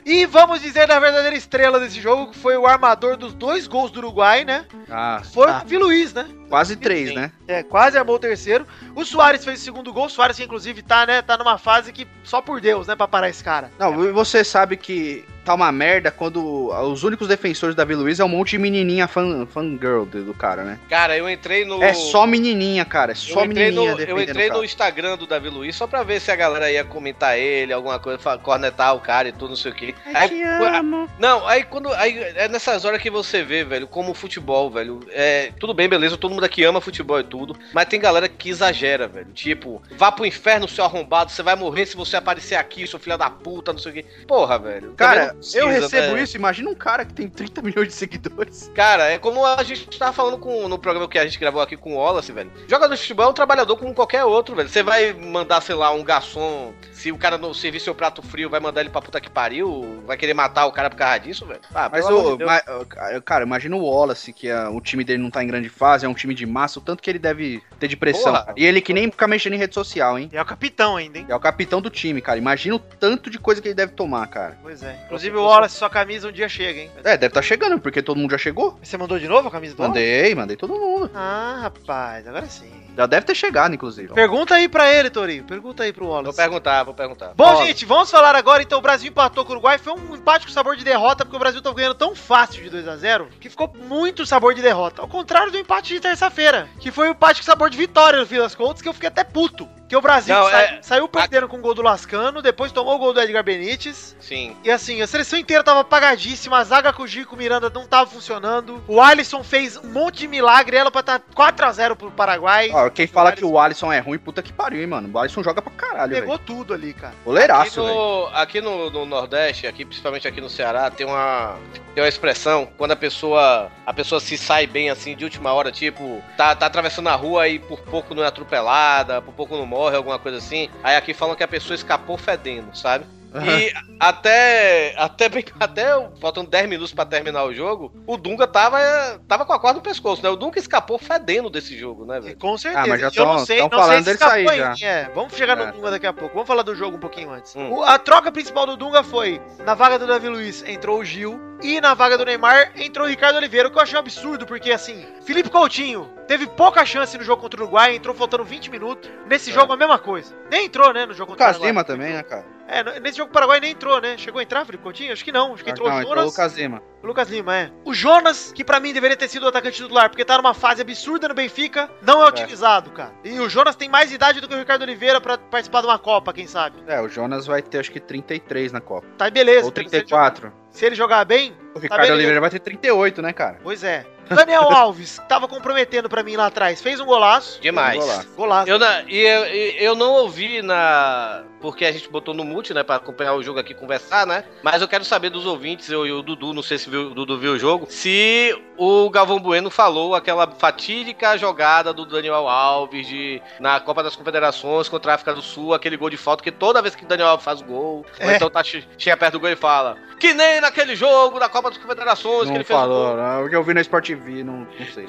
Speaker 2: e vamos dizer da verdadeira estrela desse jogo, que foi o armador dos dois gols do Uruguai, né?
Speaker 8: Ah,
Speaker 2: Foi o
Speaker 8: tá.
Speaker 2: Davi Luiz, né?
Speaker 8: quase três,
Speaker 9: Sim.
Speaker 8: né?
Speaker 2: É, quase armou o terceiro. O Soares fez o segundo gol. O Soares, que inclusive tá, né? Tá numa fase que só por Deus, né? Pra parar esse cara.
Speaker 8: Não, e você sabe que tá uma merda quando os únicos defensores da Davi Luiz é um monte de menininha fan, fangirl do do cara, né?
Speaker 9: Cara, eu entrei no.
Speaker 8: É só menininha, cara. É só
Speaker 9: eu entrei, no,
Speaker 8: menininha
Speaker 9: eu
Speaker 8: defendendo
Speaker 9: entrei
Speaker 8: o cara.
Speaker 9: no Instagram do Davi Luiz só pra ver se a galera ia comentar ele, alguma coisa, fa- cornetar o cara e tudo, não sei o que.
Speaker 8: Eu te amo.
Speaker 9: Não, aí quando. Aí é nessas horas que você vê, velho, como o futebol, velho. É, tudo bem, beleza, todo mundo aqui ama futebol e tudo. Mas tem galera que exagera, velho. Tipo, vá pro inferno, seu arrombado, você vai morrer se você aparecer aqui, seu filho da puta, não sei o quê. Porra, velho.
Speaker 8: Cara, Cara, eu recebo
Speaker 9: né?
Speaker 8: isso, imagina um cara que tem 30 milhões de seguidores.
Speaker 9: Cara, é como a gente tava falando com, no programa que a gente gravou aqui com o Wallace, velho. Jogador de futebol é um trabalhador como qualquer outro, velho. Você vai mandar, sei lá, um garçom, se o cara não servir seu prato frio, vai mandar ele pra puta que pariu, vai querer matar o cara por causa disso, velho. Ah,
Speaker 8: Mas,
Speaker 9: pelo amor
Speaker 8: o,
Speaker 9: de Deus.
Speaker 8: ma- o ca- cara, imagina o Wallace, que ah, o time dele não tá em grande fase, é um time de massa, o tanto que ele deve ter de pressão.
Speaker 9: Porra.
Speaker 8: E ele que nem fica mexendo em rede social, hein?
Speaker 2: E é o capitão ainda, hein?
Speaker 8: É o capitão do time, cara. Imagina o tanto de coisa que ele deve tomar, cara.
Speaker 2: Pois é. Inclusive o Wallace, sua camisa um dia chega, hein?
Speaker 8: É, deve estar chegando, porque todo mundo já chegou.
Speaker 2: Você mandou de novo a camisa do Wallace?
Speaker 8: Mandei, mandei todo mundo.
Speaker 2: Ah, rapaz, agora sim.
Speaker 8: Já deve ter chegado, inclusive.
Speaker 2: Pergunta aí pra ele, Torinho. Pergunta aí pro
Speaker 9: Vou
Speaker 2: Wallace.
Speaker 9: perguntar, vou perguntar.
Speaker 2: Bom,
Speaker 8: Wallace.
Speaker 2: gente, vamos falar agora. Então, o Brasil empatou com o Uruguai. Foi um empate com sabor de derrota, porque o Brasil tava ganhando tão fácil de 2 a 0 que ficou muito sabor de derrota. Ao contrário do empate de terça-feira, que foi um empate com sabor de vitória no fim das contas, que eu fiquei até puto. Que o Brasil
Speaker 9: Não,
Speaker 2: sa-
Speaker 9: é-
Speaker 2: saiu perdendo com o gol do Lascano, depois tomou o gol do Edgar Benítez.
Speaker 9: Sim.
Speaker 2: E assim, a seleção inteira tava apagadíssima, a zaga com o Gico Miranda não tava funcionando. O Alisson fez um monte de milagre, ela pra tá 4x0 pro Paraguai.
Speaker 8: Ó, quem fala que o Alisson é ruim, puta que pariu, hein, mano. O Alisson joga pra caralho, velho.
Speaker 2: Pegou tudo ali, cara.
Speaker 9: Aqui,
Speaker 8: Goleiraço, velho.
Speaker 9: no, aqui no, no Nordeste, aqui principalmente aqui no Ceará, tem uma, tem uma expressão quando a pessoa a pessoa se sai bem assim de última hora, tipo, tá, tá atravessando a rua e por pouco não é atropelada, por pouco não morre, alguma coisa assim. Aí aqui falam que a pessoa escapou fedendo, sabe? E até até bem- até o- faltando 10 minutos pra terminar o jogo, o Dunga tava tava com a corda no pescoço, né? O Dunga escapou fedendo desse jogo, né,
Speaker 2: E
Speaker 9: velho?
Speaker 2: É, com certeza.
Speaker 8: Ah, mas já
Speaker 2: Eu
Speaker 8: tão-
Speaker 2: não sei,
Speaker 8: tão
Speaker 2: não sei
Speaker 8: falando
Speaker 2: se
Speaker 8: dele
Speaker 2: escapou
Speaker 8: sair já.
Speaker 2: ainda. É, vamos chegar
Speaker 8: É.
Speaker 2: no Dunga daqui a pouco. Vamos falar do jogo um pouquinho antes.
Speaker 9: Hum.
Speaker 2: O- a troca principal do Dunga foi: na vaga do Davi Luiz entrou o Gil, e na vaga do Neymar entrou o Ricardo Oliveira, o que eu achei um absurdo, porque assim, Felipe Coutinho teve pouca chance no jogo contra o Uruguai, entrou faltando 20 minutos. Nesse jogo a mesma coisa. Nem entrou, né, no jogo contra
Speaker 8: Lucas
Speaker 2: o Uruguai.
Speaker 8: Lima também, né, cara?
Speaker 2: É, no- nesse jogo o Paraguai nem entrou, né? Chegou a entrar, Felipe Coutinho? Acho que não. Acho que
Speaker 8: Ah,
Speaker 2: entrou
Speaker 8: não,
Speaker 2: o
Speaker 8: entrou o
Speaker 2: Jonas.
Speaker 8: Lucas Lima.
Speaker 2: o Lucas Lima, é. O Jonas, que pra mim deveria ter sido o atacante titular, porque tá numa fase absurda no Benfica, não é, utilizado, cara. E o Jonas tem mais idade do que o Ricardo Oliveira pra participar de uma Copa, quem sabe.
Speaker 8: É, o Jonas vai ter acho que 33 na Copa.
Speaker 2: Tá, beleza.
Speaker 8: Ou
Speaker 2: Se ele- se ele
Speaker 8: 34.
Speaker 2: jogar- Se ele jogar bem,
Speaker 8: O
Speaker 2: Tá
Speaker 8: Ricardo
Speaker 2: bem,
Speaker 8: Oliveira vai ter 38, né, cara?
Speaker 2: pois é. Daniel Alves, que tava comprometendo pra mim lá atrás, fez um golaço.
Speaker 9: Demais.
Speaker 8: Vamos lá.
Speaker 2: Golaço.
Speaker 9: Eu, na- e eu, e eu não ouvi na. Porque a gente botou no mute, né? Pra acompanhar o jogo aqui e conversar, né? Mas eu quero saber dos ouvintes, eu e o Dudu, não sei se viu- o Dudu viu o jogo, se o Galvão Bueno falou aquela fatídica jogada do Daniel Alves de, na Copa das Confederações contra a África do Sul, aquele gol de falta, que toda vez que o Daniel Alves faz gol, ou
Speaker 2: É.
Speaker 9: então tá, che- chega perto do gol e fala. Que nem naquele jogo da Copa das Confederações que
Speaker 8: Não
Speaker 9: ele fez. o
Speaker 8: falou,
Speaker 9: gol."
Speaker 8: não. O que eu vi na Sport TV, não, não sei.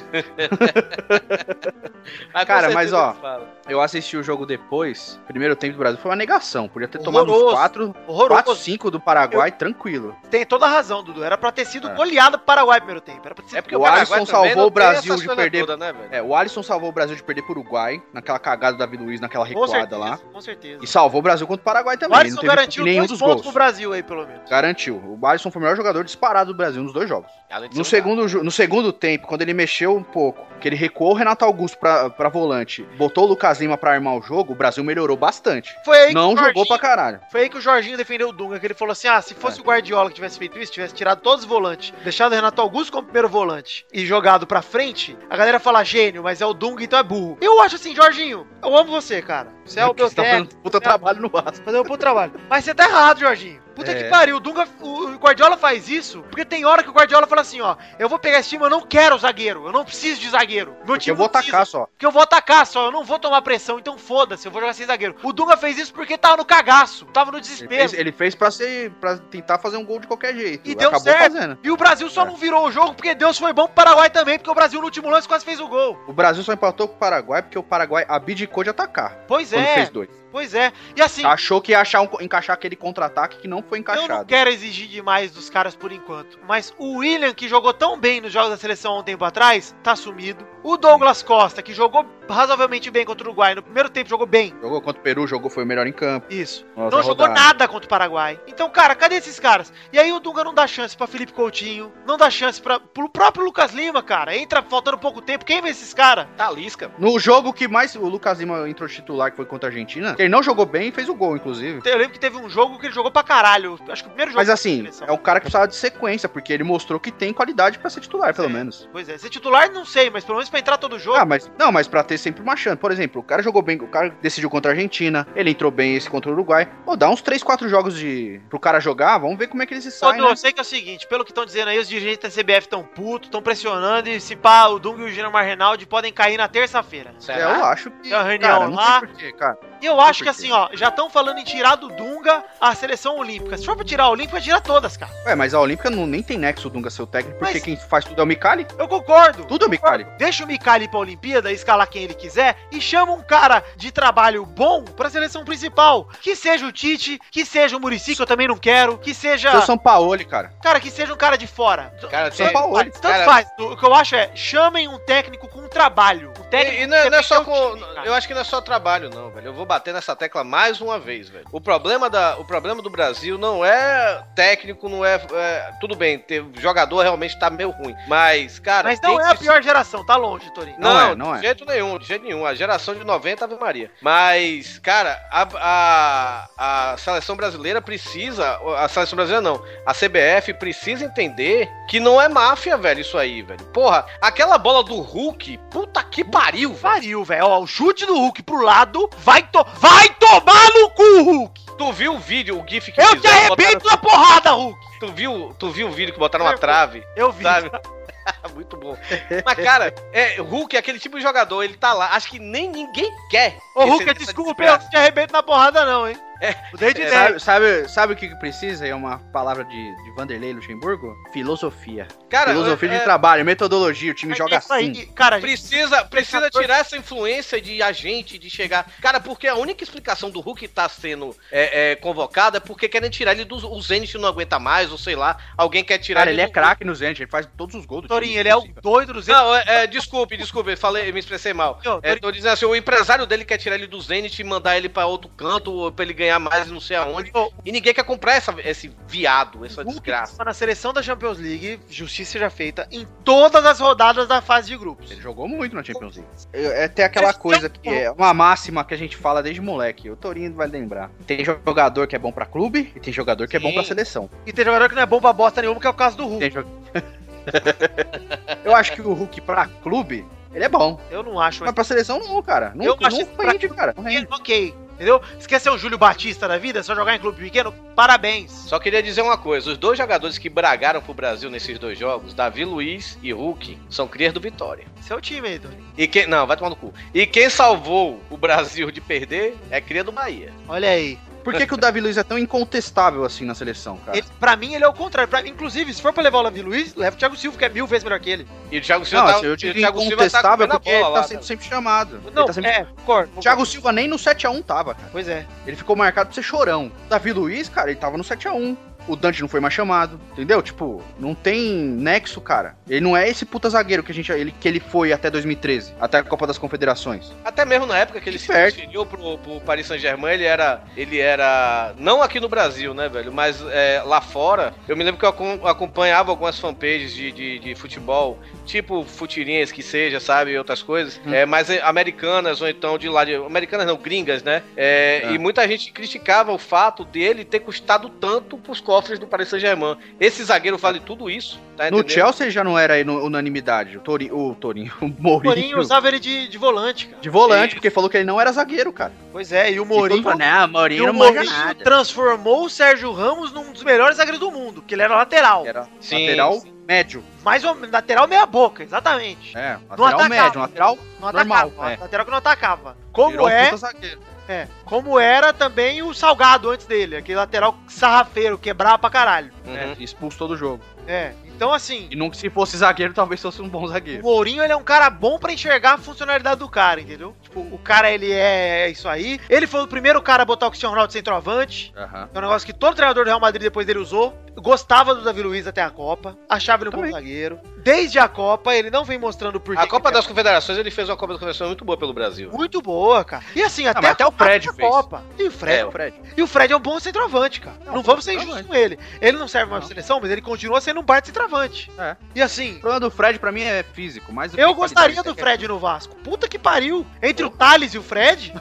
Speaker 9: Aí, com
Speaker 8: Cara, mas,
Speaker 9: certeza
Speaker 8: ó,
Speaker 9: ele fala.
Speaker 8: Eu assisti o jogo depois. Primeiro tempo do Brasil foi uma negação. Podia ter tomado uns
Speaker 2: Horroroso.
Speaker 8: 4,
Speaker 2: Horroroso.
Speaker 8: 5 do Paraguai, tranquilo.
Speaker 2: Tem toda a razão, Dudu. Era pra ter sido
Speaker 8: É.
Speaker 2: goleado pro Paraguai no primeiro tempo. Era pra ter sido
Speaker 9: É porque
Speaker 8: o
Speaker 9: o, Paraguai
Speaker 8: Alisson
Speaker 9: também
Speaker 8: salvou
Speaker 9: não
Speaker 8: o Brasil
Speaker 9: tem essas
Speaker 8: de
Speaker 9: coisas
Speaker 8: perder-
Speaker 9: todas, né, velho?
Speaker 8: É, o Alisson salvou o Brasil de perder pro Uruguai, naquela cagada do Davi Luiz, naquela
Speaker 2: com
Speaker 8: recuada
Speaker 2: certeza,
Speaker 8: lá.
Speaker 2: com certeza.
Speaker 8: E salvou o Brasil contra o Paraguai
Speaker 2: O
Speaker 8: também.
Speaker 2: Alisson
Speaker 8: não teve
Speaker 2: garantiu
Speaker 8: nenhum
Speaker 2: dois
Speaker 8: dos
Speaker 2: pontos
Speaker 8: gols.
Speaker 2: pro Brasil aí, pelo menos.
Speaker 8: Garantiu. O Alisson foi o melhor jogador disparado do Brasil nos dois jogos.
Speaker 9: Além de
Speaker 8: No
Speaker 9: ser um
Speaker 8: segundo, ju- no segundo tempo, quando ele mexeu um pouco, que ele recuou o Renato Augusto pra, pra volante, botou o Lucas Lima pra armar o jogo, o Brasil melhorou bastante.
Speaker 2: Foi aí que
Speaker 8: Não
Speaker 2: o Jorginho-
Speaker 8: jogou pra caralho.
Speaker 2: Foi aí que o Jorginho defendeu o Dunga, que ele falou assim: ah, se fosse o
Speaker 8: É.
Speaker 2: Guardiola que tivesse feito isso, tivesse tirado todos os volantes, deixado o Renato Augusto como primeiro volante e jogado pra frente, a galera fala gênio, mas é o Dunga, então é burro. Eu acho assim, Jorginho, eu amo você, cara. Você é o meu
Speaker 8: Você tá
Speaker 2: técnico,
Speaker 8: fazendo puta trabalho no Vasco.
Speaker 2: fazer um bom trabalho. Mas você tá errado, Jorginho. Puta
Speaker 8: É.
Speaker 2: que pariu, o Dunga, o o Guardiola faz isso, porque tem hora que o Guardiola fala assim, ó, eu vou pegar esse time, eu não quero zagueiro, eu não preciso de zagueiro. Meu
Speaker 8: Porque
Speaker 2: time
Speaker 8: eu vou
Speaker 2: não precisa.
Speaker 8: atacar só.
Speaker 2: Porque eu vou atacar só, eu não vou tomar pressão, então foda-se, eu vou jogar sem zagueiro. O Dunga fez isso porque tava no cagaço, tava no
Speaker 8: Ele
Speaker 2: desespero.
Speaker 8: fez, ele fez pra, ser, pra tentar fazer um gol de qualquer jeito.
Speaker 2: E deu certo.
Speaker 8: fazendo.
Speaker 2: E o Brasil só
Speaker 8: É.
Speaker 2: não virou o jogo porque Deus foi bom pro Paraguai também, porque o Brasil no último lance quase fez o gol.
Speaker 8: O Brasil só empatou com o Paraguai porque o Paraguai abdicou de atacar.
Speaker 2: Pois
Speaker 8: Quando
Speaker 2: é,
Speaker 8: fez dois.
Speaker 2: pois é. E assim,
Speaker 8: Achou que ia achar um- encaixar aquele contra-ataque que não foi
Speaker 2: eu não
Speaker 8: encaixado.
Speaker 2: quero exigir demais dos caras por enquanto, mas o William, que jogou tão bem nos jogos da seleção há um tempo atrás, tá sumido. O Douglas Costa, que jogou razoavelmente bem contra o Uruguai, no primeiro tempo jogou bem.
Speaker 8: Jogou contra o Peru, jogou, foi o melhor em campo.
Speaker 2: Isso.
Speaker 8: Nossa,
Speaker 2: não jogou
Speaker 8: rodada.
Speaker 2: nada contra o Paraguai. Então, cara, cadê esses caras? E aí o Dunga não dá chance pra Felipe Coutinho, não dá chance para pro próprio Lucas Lima, cara. Entra faltando pouco tempo, queima esses caras.
Speaker 9: Talisca.
Speaker 8: No jogo que mais o Lucas Lima entrou titular, que foi contra a Argentina, que ele não jogou bem e fez o gol, inclusive.
Speaker 2: Eu lembro que teve um jogo que ele jogou pra caralho. Acho que o primeiro jogo.
Speaker 8: Mas
Speaker 2: da
Speaker 8: assim,
Speaker 2: seleção.
Speaker 8: é um cara que precisava de sequência, porque ele mostrou que tem qualidade pra ser titular, pelo
Speaker 2: É.
Speaker 8: menos.
Speaker 2: Pois é, ser titular não sei, mas pelo menos pra entrar todo jogo.
Speaker 8: Ah, mas não, mas pra ter ter sempre uma chance. Por exemplo, o cara jogou bem, o cara decidiu contra a Argentina, ele entrou bem esse contra o Uruguai. Pô, dá uns 3, 4 jogos de pro cara jogar, vamos ver como é que ele se
Speaker 2: Ô,
Speaker 8: sai,
Speaker 2: Du,
Speaker 8: né?
Speaker 2: eu sei que é o seguinte, pelo que estão dizendo aí, os dirigentes da CBF estão putos, estão pressionando, e se pá, o Dunga e o Gilmar Reinaldi podem cair na terça-feira.
Speaker 8: É, eu acho que.
Speaker 2: né? Tem uma reunião
Speaker 8: cara, não
Speaker 2: lá.
Speaker 8: tem porquê, cara.
Speaker 2: E eu acho que
Speaker 8: Por quê?
Speaker 2: assim, ó, já estão falando em tirar do Dunga a seleção olímpica. Se for pra tirar a olímpica, tira todas, cara.
Speaker 8: Ué, É, mas a Olímpica não, nem tem nexo o Dunga ser o técnico, porque
Speaker 2: Mas- Ah,
Speaker 8: quem faz tudo é o Micali.
Speaker 2: Eu concordo.
Speaker 8: Tudo é o Micali.
Speaker 2: Deixa o Mikali ir pra Olimpíada, escalar quem ele quiser e chama um cara de trabalho bom pra seleção principal. Que seja o Tite, que seja o Murici, que eu também não quero, que seja.
Speaker 8: Seu São Paulo, cara.
Speaker 2: Cara, que seja um cara de fora.
Speaker 9: Cara,
Speaker 8: São
Speaker 9: tem...
Speaker 8: Paulo.
Speaker 2: Tanto
Speaker 9: cara-
Speaker 2: faz. O que eu acho é, chamem um técnico com trabalho. Um técnico
Speaker 9: E, e não, é-
Speaker 2: que
Speaker 9: não é só
Speaker 2: defenda o
Speaker 9: com.
Speaker 2: time, cara.
Speaker 9: Eu acho que não é só trabalho, não, velho. Eu vou bater nessa tecla mais uma vez, velho. O problema, da, o problema do Brasil não é técnico, não é. é- tudo bem, ter, jogador realmente tá meio ruim. Mas, cara.
Speaker 2: Mas não
Speaker 9: tem
Speaker 2: é a
Speaker 9: que-
Speaker 2: pior geração, tá longe, Torinho.
Speaker 9: Não,
Speaker 8: Não é,
Speaker 9: é,
Speaker 8: não é.
Speaker 9: de jeito nenhum, de jeito nenhum. A geração de 90 Ave Maria. Mas, cara, a, a, a seleção brasileira precisa. A seleção brasileira não. A CBF precisa entender que não é máfia, velho, isso aí, velho. Porra, aquela bola do Hulk, puta que pariu, velho.
Speaker 2: Pariu, velho. Ó, o chute do Hulk pro lado vai, to vai tomar no cu, Hulk!
Speaker 9: Tu viu o vídeo, o GIF que
Speaker 2: Eu te
Speaker 9: fizeram,
Speaker 2: arrebento na porrada, Hulk!
Speaker 9: botaram- tu, viu, tu viu o vídeo que botaram uma trave?
Speaker 2: Eu vi.
Speaker 9: sabe? Muito bom. Mas, cara, é, Hulk é aquele tipo de jogador, ele tá lá. Acho que nem ninguém quer.
Speaker 2: Ô,
Speaker 9: esse- é
Speaker 2: Hulk,
Speaker 9: essa
Speaker 2: desculpa, eu
Speaker 9: desgraça.
Speaker 2: não te arrebento na porrada, não, hein?
Speaker 9: É.
Speaker 2: Mudei de
Speaker 9: É,
Speaker 2: ideia.
Speaker 8: Sabe, sabe, sabe o que, que precisa? É uma palavra de, de Vanderlei Luxemburgo? Filosofia.
Speaker 9: Cara,
Speaker 8: Filosofia
Speaker 9: é-
Speaker 8: de trabalho, metodologia, o time joga
Speaker 2: é isso aí,
Speaker 8: assim.
Speaker 2: cara, gente,
Speaker 9: Precisa, precisa tirar essa influência de agente, de chegar. Cara, porque a única explicação do Hulk tá sendo é, é, convocado é porque querem tirar ele do. O Zenit não aguenta mais, ou sei lá. Alguém quer tirar
Speaker 8: Cara, ele é
Speaker 9: do-
Speaker 8: craque no Zenit, ele faz todos os gols do
Speaker 2: Torinho, ele
Speaker 8: time, assim.
Speaker 2: é o
Speaker 8: inclusive.
Speaker 2: doido do Zé.
Speaker 9: Não, é, é, desculpe, desculpe, eu falei, eu me expressei mal.
Speaker 2: Não,
Speaker 9: É, tô dizendo assim, o empresário dele quer tirar ele do Zenit e mandar ele pra outro canto, ou pra ele ganhar mais não sei aonde. E ninguém quer comprar essa, esse viado, essa
Speaker 2: Hulk
Speaker 9: desgraça.
Speaker 2: tava na seleção da Champions League, justiça seja feita, em todas as rodadas da fase de grupos.
Speaker 8: Ele jogou muito na Champions League. É até aquela coisa que é uma máxima que a gente fala desde moleque. O Torinho vai lembrar. Tem jogador que é bom pra clube e tem jogador que é bom
Speaker 9: Sim.
Speaker 8: pra seleção.
Speaker 2: E tem jogador que não é bom pra bosta nenhuma, que é o caso do Hulk.
Speaker 8: Tem jo- Eu acho que o Hulk pra clube, ele é bom.
Speaker 2: Eu não acho,
Speaker 8: Mas
Speaker 2: mas...
Speaker 8: pra seleção não, cara. Não,
Speaker 2: Eu
Speaker 8: não
Speaker 2: acho que pra
Speaker 8: rende, cara. Não rende.
Speaker 2: Ok, entendeu? Esqueceu o Júlio Batista da vida, só jogar em clube pequeno? Parabéns.
Speaker 9: Só queria dizer uma coisa: os dois jogadores que bragaram pro Brasil nesses dois jogos, Davi Luiz e Hulk, são crias do Vitória.
Speaker 2: Seu é time aí, Torinho.
Speaker 9: E quem. Não, vai tomar no cu. E quem salvou o Brasil de perder é cria do Bahia.
Speaker 2: Olha aí.
Speaker 8: Por que, que o Davi Luiz é tão incontestável assim na seleção, cara?
Speaker 2: Ele, pra mim, ele é o contrário. Pra- inclusive, se for pra levar o Davi Luiz, leva o Thiago Silva, que é mil vezes melhor que ele.
Speaker 9: E o Thiago
Speaker 8: Não,
Speaker 9: Silva tá.
Speaker 8: assim, eu
Speaker 9: e o
Speaker 8: digo
Speaker 9: Thiago Silva tá
Speaker 8: incontestável
Speaker 9: comendo a
Speaker 8: porque ele
Speaker 9: bola
Speaker 8: tá
Speaker 9: lá.
Speaker 8: sempre, sempre chamado. Ele
Speaker 2: Não,
Speaker 8: tá sempre-
Speaker 2: é, concordo.
Speaker 8: Thiago Silva nem no 7x1 tava, cara.
Speaker 2: Pois é.
Speaker 8: Ele ficou marcado pra ser chorão. Davi Luiz, cara, ele tava no 7x1. O Dante não foi mais chamado, entendeu? Tipo, não tem nexo, cara. Ele não é esse puta zagueiro que, a gente, ele, que ele foi até 2013, até a Copa das Confederações.
Speaker 9: Até mesmo na época que ele se
Speaker 8: Certo.
Speaker 9: transferiu pro, pro Paris Saint-Germain, ele era. Ele era. Não aqui no Brasil, né, velho? Mas é, lá fora. Eu me lembro que eu acom- acompanhava algumas fanpages de, de, de futebol, tipo futirinhas que seja, sabe? E outras coisas. É, mas é, americanas, ou então de lá de. Americanas não, gringas, né? É,
Speaker 8: É.
Speaker 9: E muita gente criticava o fato dele ter custado tanto pros cofres do Paris Saint-Germain. Esse zagueiro vale tudo isso, tá
Speaker 8: No
Speaker 9: entendendo?
Speaker 8: Chelsea já não era aí no- unanimidade. O, Tori, o Torinho, o Mourinho.
Speaker 2: Mourinho usava ele de, de volante, cara.
Speaker 8: De volante, porque falou que ele não era zagueiro, cara.
Speaker 2: Pois é, e o
Speaker 8: E
Speaker 2: Mourinho.
Speaker 8: falou, não,
Speaker 2: E
Speaker 8: Mourinho
Speaker 2: o Mourinho transformou o Sérgio Ramos num dos melhores zagueiros do mundo, que ele era lateral.
Speaker 8: Era
Speaker 9: Sim,
Speaker 8: lateral médio.
Speaker 2: Mais ou menos, lateral meia boca, exatamente.
Speaker 8: É,
Speaker 2: atacava.
Speaker 8: lateral médio, um lateral
Speaker 2: Não
Speaker 8: normal,
Speaker 2: atacava,
Speaker 8: é.
Speaker 2: lateral que não atacava. Como
Speaker 8: virou
Speaker 2: é,
Speaker 8: puta zagueiro.
Speaker 2: é, como era também o Salgado antes dele, aquele lateral sarrafeiro, quebrava pra caralho.
Speaker 9: Uhum.
Speaker 8: É, expulso todo jogo.
Speaker 2: É, então assim,
Speaker 8: E nunca se fosse zagueiro, talvez fosse um bom
Speaker 2: o
Speaker 8: zagueiro.
Speaker 2: Mourinho ele é um cara bom pra enxergar a funcionalidade do cara, entendeu? Tipo, o cara ele é isso aí. Ele foi o primeiro cara a botar o Cristiano Ronaldo de centroavante.
Speaker 8: Aham.
Speaker 2: É um negócio que todo treinador do Real Madrid depois dele usou. Gostava do Davi Luiz até a Copa. Achava ele um bom
Speaker 8: Também.
Speaker 2: zagueiro. Desde a Copa, ele não vem mostrando por é?
Speaker 9: A Copa das Confederações, ele fez uma Copa das Confederações muito boa pelo Brasil.
Speaker 2: Muito boa, cara. E assim, até,
Speaker 8: Ah, mas até o Fred
Speaker 2: a
Speaker 8: fez.
Speaker 2: Copa. E o Fred,
Speaker 9: É, o
Speaker 8: Fred.
Speaker 2: E o Fred é um bom centroavante, cara.
Speaker 8: um
Speaker 2: Não, vamos ser injustos com ele. Ele não serve mais pra seleção, mas ele continua sendo um baita centroavante.
Speaker 8: É.
Speaker 2: E assim,
Speaker 8: O problema do Fred pra mim é físico, mas
Speaker 2: eu gostaria do Fred no Vasco. Puta que pariu. Entre o Thales e o Fred,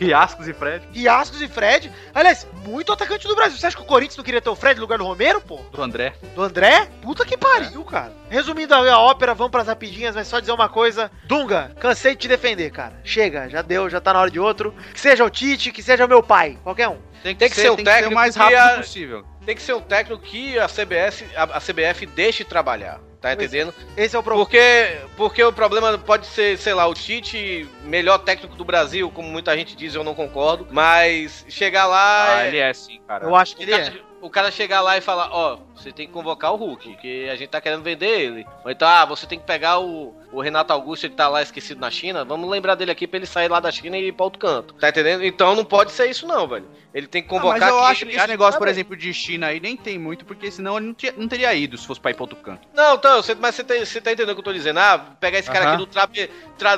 Speaker 8: Riascos e Fred.
Speaker 2: Riascos e Fred. Aliás, muito atacante do Brasil. Você acha que o Corinthians não queria ter o Fred no lugar do Romero, pô?
Speaker 8: Do André.
Speaker 2: Do André? Puta que
Speaker 8: É.
Speaker 2: pariu, cara. Resumindo a, a ópera, vamos pras rapidinhas, mas só dizer uma coisa. Dunga, cansei de te defender, cara. Chega, já deu, já tá na hora de outro. Que seja o Tite, que seja o meu pai, qualquer um.
Speaker 8: Tem
Speaker 9: que ser-
Speaker 8: o
Speaker 9: tem que ser
Speaker 8: o mais rápido possível.
Speaker 9: Tem que ser um técnico que a CBS, a, a CBF deixe trabalhar, tá entendendo?
Speaker 2: Esse é o problema.
Speaker 9: Porque, porque o problema pode ser, sei lá, o Tite, melhor técnico do Brasil, como muita gente diz, eu não concordo, mas chegar lá...
Speaker 8: Ah,
Speaker 9: é-
Speaker 8: ele é sim, cara.
Speaker 2: Eu acho que
Speaker 9: o,
Speaker 2: ele é.
Speaker 9: cara, o cara chegar lá e falar, ó, você tem que convocar o Hulk, porque a gente tá querendo vender ele. Ou então, ah, você tem que pegar o, o Renato Augusto, ele tá lá esquecido na China, vamos lembrar dele aqui pra ele sair lá da China e ir pra outro canto. Tá entendendo? Então não pode ser isso não, velho. Ele tem que
Speaker 8: Ah,
Speaker 9: convocar...
Speaker 8: mas eu
Speaker 9: quem
Speaker 8: acho
Speaker 9: ele
Speaker 8: que esse
Speaker 9: acha
Speaker 8: negócio,
Speaker 9: tá
Speaker 8: por
Speaker 9: bem.
Speaker 8: exemplo, de China aí nem tem muito, porque senão ele não, tinha- não teria ido se fosse pra ir pra outro canto.
Speaker 9: Não, então, você- mas você tá, você tá entendendo o que eu tô dizendo? Ah, pegar esse cara
Speaker 8: Aham.
Speaker 9: aqui do Trabe,